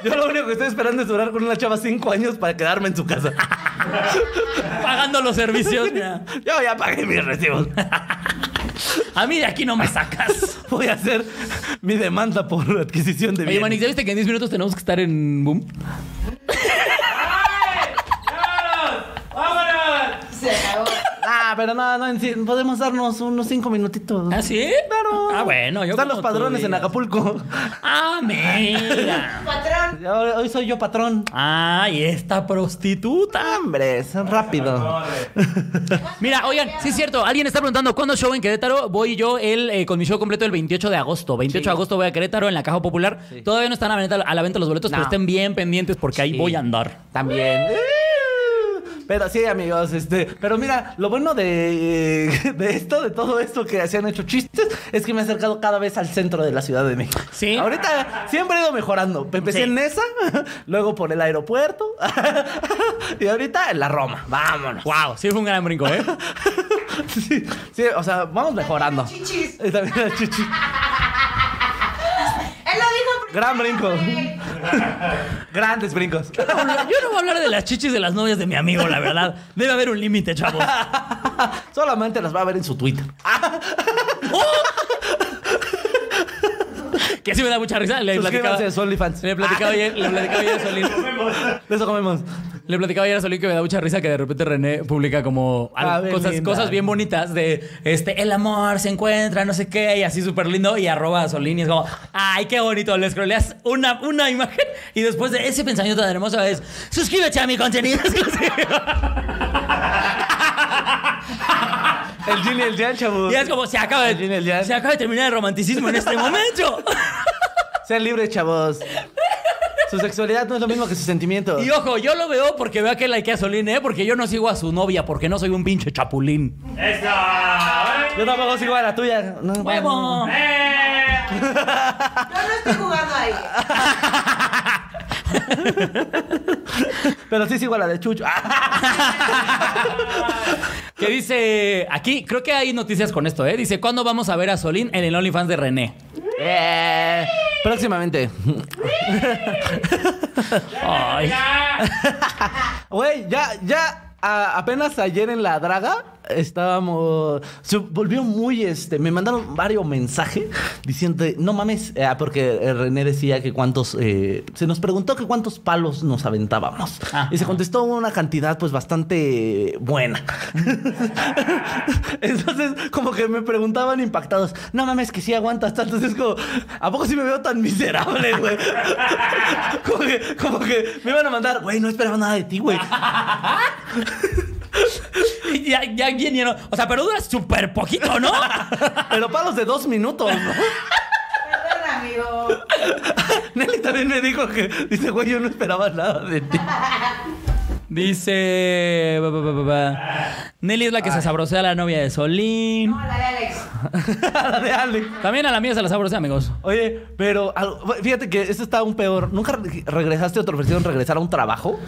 Speaker 1: Yo lo único que estoy esperando es durar con una chava cinco años para quedarme en su casa.
Speaker 2: Pagando los servicios. mira.
Speaker 1: Yo ya pagué mis recibos.
Speaker 2: A mí de aquí no me sacas.
Speaker 1: Voy a hacer mi demanda por adquisición de
Speaker 2: Oye,
Speaker 1: bienes.
Speaker 2: Manix, ¿ya viste que en 10 minutos tenemos que estar en Boom?
Speaker 4: ¡Vámonos! ¡Vámonos!
Speaker 3: Se acabó.
Speaker 1: Ah, pero no, no, en sí, podemos darnos unos cinco minutitos.
Speaker 2: ¿Ah, sí?
Speaker 1: Claro.
Speaker 2: Ah, bueno, yo.
Speaker 1: Están
Speaker 2: como
Speaker 1: los padrones
Speaker 2: tú
Speaker 1: en
Speaker 2: digas.
Speaker 1: Acapulco.
Speaker 2: Ah, mira.
Speaker 3: Patrón.
Speaker 1: Ya, Hoy hoy soy yo patrón.
Speaker 2: Ay, esta prostituta.
Speaker 1: Hombre, son rápido.
Speaker 4: Corre.
Speaker 2: Mira, oigan, sí es cierto. Alguien está preguntando cuándo show en Querétaro. Voy yo el, eh, con mi show completo el 28 de agosto. 28 de agosto voy a Querétaro en la Caja Popular. Todavía no están a la venta, a la venta los boletos, pero
Speaker 1: No.
Speaker 2: estén bien pendientes porque ahí
Speaker 1: Sí.
Speaker 2: voy a andar.
Speaker 1: También. Pero sí, amigos, este, pero mira, lo bueno de, de esto, de todo esto que se han hecho chistes, es que me he acercado cada vez al centro de la Ciudad de México.
Speaker 2: Sí.
Speaker 1: Ahorita siempre he ido mejorando. Empecé
Speaker 2: Sí.
Speaker 1: en esa, luego por el aeropuerto, y ahorita en la Roma. Vámonos.
Speaker 2: Wow, sí fue un gran brinco, ¿eh?
Speaker 1: Sí, sí, o sea, vamos mejorando.
Speaker 3: Chichis.
Speaker 1: Y también las chichis.
Speaker 3: Él lo dijo primero,
Speaker 1: Gran brinco.
Speaker 3: güey.
Speaker 1: Grandes brincos.
Speaker 2: Yo no voy a hablar de las chichis de las novias de mi amigo, la verdad. Debe haber un límite, chavos.
Speaker 1: Solamente las va a ver en su Twitter.
Speaker 2: Que sí me da mucha risa. Le platicaba,
Speaker 1: Suscríbanse a su OnlyFans.
Speaker 2: le platicaba ayer, le platicaba ayer a Solín.
Speaker 1: De eso comemos.
Speaker 2: Le platicaba ayer a Solín que me da mucha risa que de repente René publica como al-
Speaker 1: A ver,
Speaker 2: cosas,
Speaker 1: linda.
Speaker 2: cosas bien bonitas de este el amor se encuentra, no sé qué, y así súper lindo, y arroba a Solín y es como, ay, qué bonito, le scrolleas una, una imagen y después de ese pensamiento tan hermoso es, suscríbete a mi contenido exclusivo".
Speaker 1: El Jin y el Jan, chavos.
Speaker 2: Y es como, se acaba,
Speaker 1: Al fin el
Speaker 2: de,
Speaker 1: día.
Speaker 2: se acaba de terminar el romanticismo en este momento.
Speaker 1: Sean libres, chavos. Su sexualidad no es lo mismo que sus sentimientos.
Speaker 2: Y ojo, yo lo veo porque veo que like a Solín, ¿eh? Porque yo no sigo a su novia, porque no soy un pinche chapulín. Ah.
Speaker 4: ¡Eso!
Speaker 1: Yo tampoco sigo a la tuya. No,
Speaker 2: ¡Huevo!
Speaker 4: ¡Eh!
Speaker 3: Yo no estoy jugando ahí.
Speaker 1: Pero sí sigo a la de Chucho.
Speaker 2: Que dice aquí, creo que hay noticias con esto, ¿eh? Dice, ¿cuándo vamos a ver a Solín en el OnlyFans de René?
Speaker 1: Eh, próximamente.
Speaker 2: Ay.
Speaker 1: Güey, ya, ya, a- apenas ayer en la draga estábamos. Se volvió muy este. Me mandaron varios mensajes diciendo, no mames, eh, porque eh, René decía que cuántos. eh, se nos preguntó que cuántos palos nos aventábamos.
Speaker 2: Ah.
Speaker 1: y se contestó una cantidad, pues bastante buena. Entonces, como que me preguntaban impactados, no mames, que sí aguantas tanto. Entonces, como, ¿a poco sí me veo tan miserable, güey? como, que, como que me iban a mandar, güey, no esperaba nada de ti, güey.
Speaker 2: Ya, ya vinieron. O sea, pero dura súper poquito, ¿no?
Speaker 1: Pero palos de dos minutos. ¿no?
Speaker 3: Perdón, amigo.
Speaker 1: Nelly también me dijo que, dice, güey, yo no esperaba nada de ti.
Speaker 2: Dice. ba, ba, ba, ba, ba. Nelly es la que se sabrosea a la novia de Solín.
Speaker 3: No, la de Alex.
Speaker 1: La de Alex.
Speaker 2: También a la mía se la sabrosea, amigos.
Speaker 1: Oye, pero al- fíjate que eso está aún peor. ¿Nunca re- regresaste o te ofrecieron regresar a un trabajo?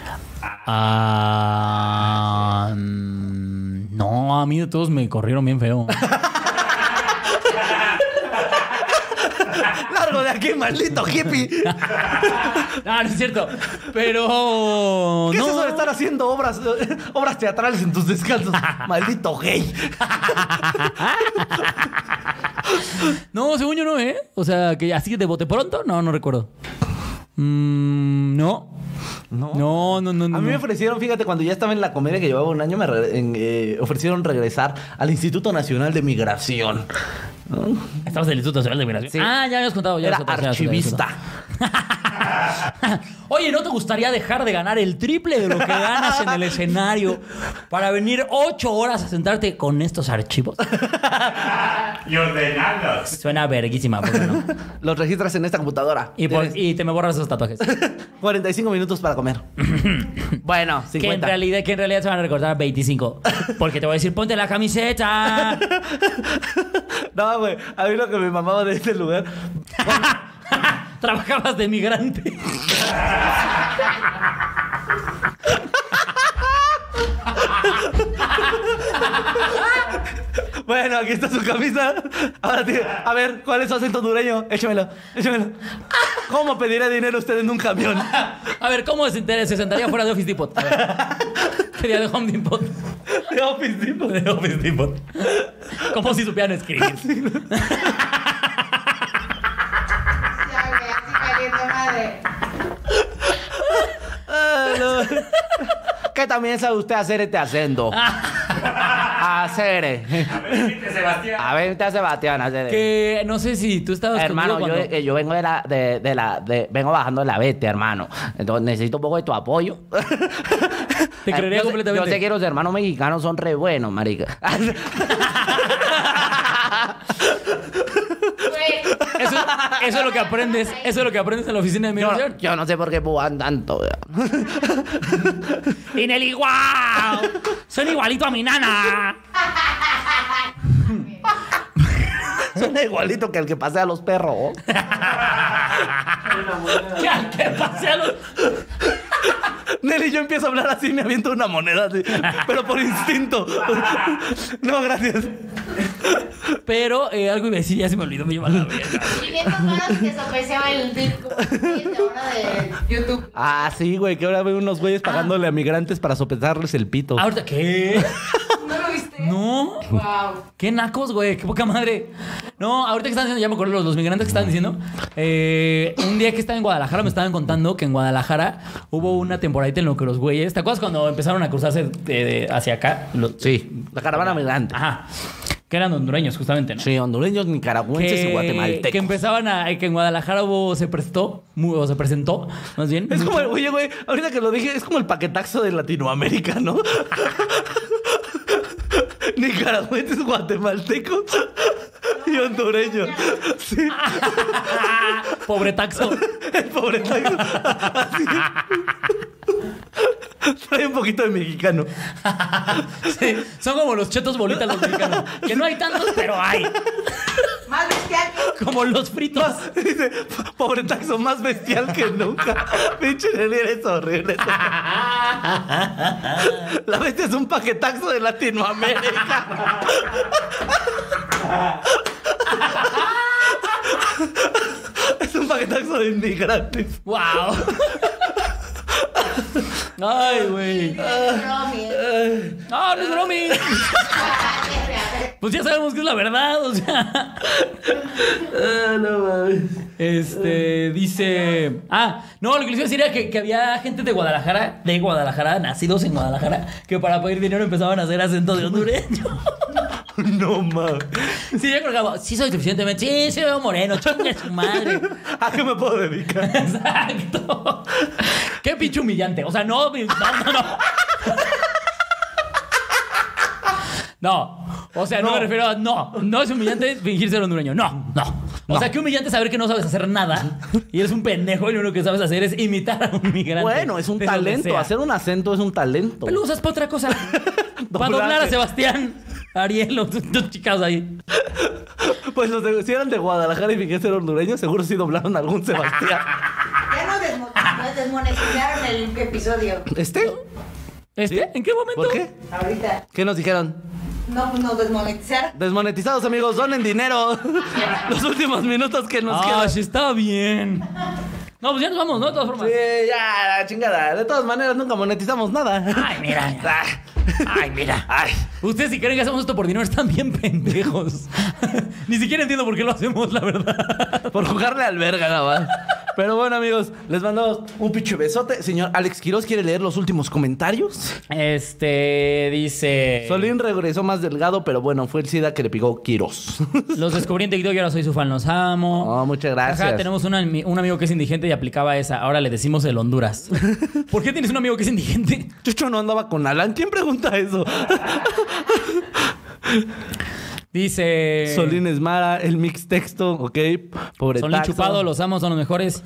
Speaker 2: Ah, mm, no, a mí de todos me corrieron bien feo.
Speaker 1: Largo de aquí, maldito hippie. ¿Qué
Speaker 2: Ah, no es cierto. Pero.
Speaker 1: es
Speaker 2: no.
Speaker 1: eso de estar haciendo obras, obras teatrales en tus descansos? Maldito gay.
Speaker 2: No, según yo no, ¿eh? O sea, que así de bote pronto, no, no recuerdo. Mm, no.
Speaker 1: No.
Speaker 2: No, no, no, no.
Speaker 1: A mí me
Speaker 2: no.
Speaker 1: ofrecieron, fíjate, cuando ya estaba en la comedia que llevaba un año, me re- en- eh, ofrecieron regresar al Instituto Nacional de Migración.
Speaker 2: Estabas en el Instituto Nacional de Migración.
Speaker 1: Sí.
Speaker 2: Ah, ya habías contado. Ya
Speaker 1: Era
Speaker 2: habías contado, ya habías contado, ya habías
Speaker 1: archivista.
Speaker 2: contado. Ah, Oye, ¿no te gustaría dejar de ganar el triple de lo que ganas en el escenario para venir ocho horas a sentarte con estos archivos?
Speaker 4: Y ordenarlos.
Speaker 2: Suena verguísima, ¿por qué no?
Speaker 1: Los registras en esta computadora.
Speaker 2: Y, por-
Speaker 1: Tienes
Speaker 2: y te me borras esos tatuajes.
Speaker 1: 45 minutos para comer. bueno, 50.
Speaker 2: Que en, realidad, que en realidad se van a recordar 25. Porque te voy a decir, ponte la camiseta.
Speaker 1: No, güey. A mí lo que me mamaba de este lugar.
Speaker 2: Trabajabas de migrante.
Speaker 1: Bueno, aquí está su camisa. Ahora, tío, a ver, ¿cuál es su acento dureño? Échamelo, échamelo. ¿Cómo pedirá dinero usted en un camión?
Speaker 2: A ver, ¿cómo se, inter- se sentaría fuera de Office Depot? A ver. Sería de Home Depot.
Speaker 1: De Office Depot.
Speaker 2: De Office Depot. Como si supieran escribir.
Speaker 3: Ya, güey, así caliente madre.
Speaker 1: Ah, no. ¿Qué también sabe usted hacer este acento? hacer.
Speaker 4: A ver, viste, Sebastián.
Speaker 1: A ver, te hace batear, hacer.
Speaker 2: Que no sé si tú estabas
Speaker 1: Hermano,
Speaker 2: conmigo
Speaker 1: yo,
Speaker 2: cuando-
Speaker 1: eh, yo vengo de la, de, de la, de- vengo bajando de la bestia, hermano. Entonces necesito un poco de tu apoyo.
Speaker 2: Te creería
Speaker 1: Yo sé-
Speaker 2: completamente.
Speaker 1: Yo sé que los hermanos mexicanos son re buenos, marica.
Speaker 3: Güey,
Speaker 2: Eso, eso es lo que aprendes. Eso es lo que aprendes en la oficina de
Speaker 1: Yo,
Speaker 2: migración.
Speaker 1: yo no sé por qué pujan tanto.
Speaker 2: ¡En el igual! ¡Son igualito a mi nana!
Speaker 1: Suena igualito que el que pasea a los perros. ¿oh?
Speaker 2: Ya, que pase a los...
Speaker 1: Nelly, yo empiezo a hablar así, me aviento una moneda así, pero por instinto. no, gracias.
Speaker 2: Pero eh, algo iba a decir, ya se me olvidó, me lleva la verga.
Speaker 3: 500 dólares que se ofrecía el Bitcoin de ahora de YouTube.
Speaker 1: Ah, sí, güey, que ahora veo unos güeyes pagándole a migrantes para sopesarles el pito.
Speaker 2: Ahorita, ¿qué?
Speaker 3: ¿No lo viste?
Speaker 2: No.
Speaker 3: Wow.
Speaker 2: Qué nacos, güey, qué poca madre. No, ahorita que están diciendo, ya me acuerdo los, los migrantes que estaban diciendo. eh, un día que estaba en Guadalajara, me estaban contando que en Guadalajara hubo una temporadita en lo que los güeyes. ¿Te acuerdas cuando empezaron a cruzarse de- de- hacia acá? Los-
Speaker 1: Sí, la caravana migrante.
Speaker 2: Ajá. Que eran hondureños, justamente, ¿no?
Speaker 1: Sí, hondureños, nicaragüenses y guatemaltecos.
Speaker 2: que empezaban a. Que en Guadalajara hubo. Se prestó. mu- O se presentó, más bien.
Speaker 1: Es como,
Speaker 2: mucho-
Speaker 1: el- oye, güey, ahorita que lo dije, es como el paquetaxo de Latinoamérica, ¿no? Nicaragüenses, guatemaltecos y hondureños. Sí.
Speaker 2: Pobre taxo.
Speaker 1: El pobre Tyson. Así. Trae un poquito de mexicano.
Speaker 2: Sí, son como los chetos bolitas los mexicanos. Que no hay tantos, pero hay.
Speaker 3: Más bestial que
Speaker 2: Como los fritos.
Speaker 1: Dice, pobre Taxo, más bestial que nunca. Pinche Nelly, eres horrible. La bestia es un paquetaxo de Latinoamérica. Es un paquetaxo de inmigrantes.
Speaker 2: ¡Wow! Ay, güey.
Speaker 1: Ah.
Speaker 3: Romy.
Speaker 2: No, no es bromi. Pues ya sabemos que es la verdad, o sea.
Speaker 1: Ah, no mames.
Speaker 2: Este, dice. Ah, no, lo que les iba a decir era que, que había gente de Guadalajara, de Guadalajara, nacidos en Guadalajara, que para pedir dinero empezaban a hacer acento de hondureño.
Speaker 1: No mames.
Speaker 2: Sí, yo creo que sí soy suficientemente. Sí, sí, veo moreno, chingue su madre.
Speaker 1: ¿A qué me puedo dedicar?
Speaker 2: Exacto. Qué pinche humillante. O sea, no, mi- no, no, no. No, o sea, no, me refiero a. No, no es humillante fingir ser hondureño. No, no. O sea, qué humillante saber que no sabes hacer nada y eres un pendejo y lo único que sabes hacer es imitar a un migrante.
Speaker 1: Bueno, es un
Speaker 2: de donde
Speaker 1: talento.
Speaker 2: sea.
Speaker 1: Hacer un acento es un talento.
Speaker 2: Pero lo usas para otra cosa. para doblar a Sebastián, Ariel, los dos chicas ahí.
Speaker 1: Pues los de- si eran de Guadalajara y fingían ser hondureños, seguro sí doblaron a algún Sebastián.
Speaker 3: Ya nos desmo- nos desmonetizaron el episodio.
Speaker 1: ¿Este?
Speaker 2: ¿Este? ¿En qué momento?
Speaker 1: ¿Por qué?
Speaker 3: Ahorita.
Speaker 1: ¿Qué nos dijeron?
Speaker 3: No, nos desmonetizaron.
Speaker 1: Desmonetizados, amigos, donen dinero. Los últimos minutos que nos
Speaker 2: Ah,
Speaker 1: quedan.
Speaker 2: sí, está bien. No, pues ya nos vamos, ¿no? De todas formas.
Speaker 1: Sí, ya, la chingada. De todas maneras, nunca monetizamos nada.
Speaker 2: Ay, mira.
Speaker 1: Ah,
Speaker 2: Ay, mira.
Speaker 1: Ay.
Speaker 2: Ustedes si creen que hacemos esto por dinero están bien pendejos. Ni siquiera entiendo por qué lo hacemos, la verdad.
Speaker 1: Por jugarle al verga nada más. Pero bueno, amigos, les mandamos un pinche besote. Señor Alex Quiroz, ¿quiere leer los últimos comentarios?
Speaker 2: Este dice.
Speaker 1: Solín regresó más delgado, pero bueno, fue el SIDA que le picó Quiroz.
Speaker 2: Los descubrí en TikTok y ahora soy su fan, los amo.
Speaker 1: Oh, muchas gracias.
Speaker 2: Ajá, tenemos un, ami- un amigo que es indigente y aplicaba esa. Ahora le decimos el Honduras. ¿Por qué tienes un amigo que es indigente?
Speaker 1: Chucho no andaba con Alan. ¿Quién pregunta eso?
Speaker 2: Dice.
Speaker 1: Solín Esmara, el mix texto, ok. Pobre
Speaker 2: Solín
Speaker 1: Taxo.
Speaker 2: chupado, los amo, son los mejores.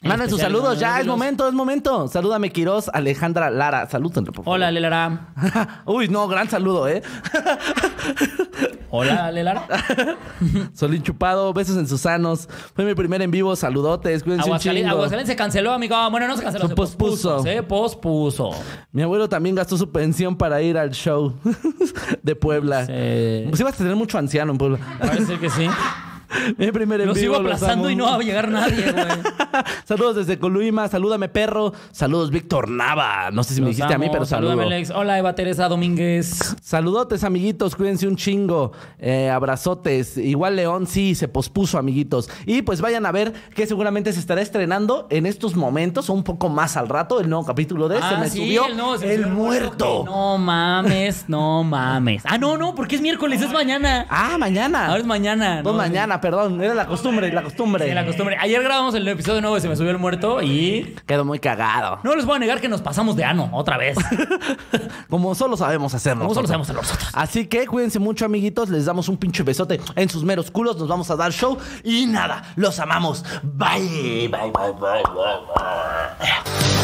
Speaker 2: En
Speaker 1: Manden sus
Speaker 2: especial,
Speaker 1: saludos, ya,
Speaker 2: Manuel
Speaker 1: es
Speaker 2: Veloz.
Speaker 1: momento, es momento. Salúdame, Quirós, Alejandra Lara. Salúdenle, por favor.
Speaker 2: Hola, Lelara.
Speaker 1: Uy, no, gran saludo, ¿eh?
Speaker 2: Hola, Lelara.
Speaker 1: Solín Chupado, besos en sus sanos. Fue mi primer en vivo, saludotes, cuídense un
Speaker 2: Aguascalientes,
Speaker 1: chingo.
Speaker 2: Aguascalientes se canceló, amigo. Ah, Bueno, no se canceló.
Speaker 1: Se
Speaker 2: Se pospuso.
Speaker 1: pospuso.
Speaker 2: Se pospuso.
Speaker 1: Mi abuelo también gastó su pensión para ir al show de Puebla.
Speaker 2: Sí.
Speaker 1: Pues ibas a tener mucho anciano en Puebla.
Speaker 2: Parece que sí.
Speaker 1: Mi primer en
Speaker 2: Lo
Speaker 1: vivo,
Speaker 2: sigo
Speaker 1: los
Speaker 2: aplazando
Speaker 1: amo.
Speaker 2: y no va a llegar nadie, güey.
Speaker 1: Saludos desde Colima, salúdame perro, saludos Víctor Nava, no sé si me
Speaker 2: Los
Speaker 1: dijiste a mí,
Speaker 2: amo.
Speaker 1: pero saludo.
Speaker 2: Salúdame, Alex. Hola, Eva Teresa Domínguez.
Speaker 1: Saludotes, amiguitos. Cuídense un chingo. Eh, abrazotes. Igual León sí se pospuso, amiguitos. Y pues vayan a ver que seguramente se estará estrenando en estos momentos, o un poco más al rato, el nuevo capítulo de Se me
Speaker 2: Ah, sí,
Speaker 1: subió el,
Speaker 2: no, se me subió
Speaker 1: muerto.
Speaker 2: No mames, no mames. Ah, no, no, porque es miércoles, es mañana.
Speaker 1: Ah, mañana.
Speaker 2: Ahora es mañana.
Speaker 1: No,
Speaker 2: ¿no? Pues
Speaker 1: mañana, perdón. Era la costumbre, la costumbre.
Speaker 2: Sí, la costumbre. Ayer grabamos el episodio nuevo de Se me subió el muerto y.
Speaker 1: Quedó muy cagado.
Speaker 2: No les voy a negar que nos pasamos de ano otra vez.
Speaker 1: Como solo sabemos hacerlo.
Speaker 2: Como solo
Speaker 1: nosotros.
Speaker 2: sabemos hacer nosotros.
Speaker 1: Así que cuídense mucho, amiguitos. Les damos un pinche besote en sus meros culos. Nos vamos a dar show. Y nada, los amamos. Bye, bye, bye, bye, bye. bye.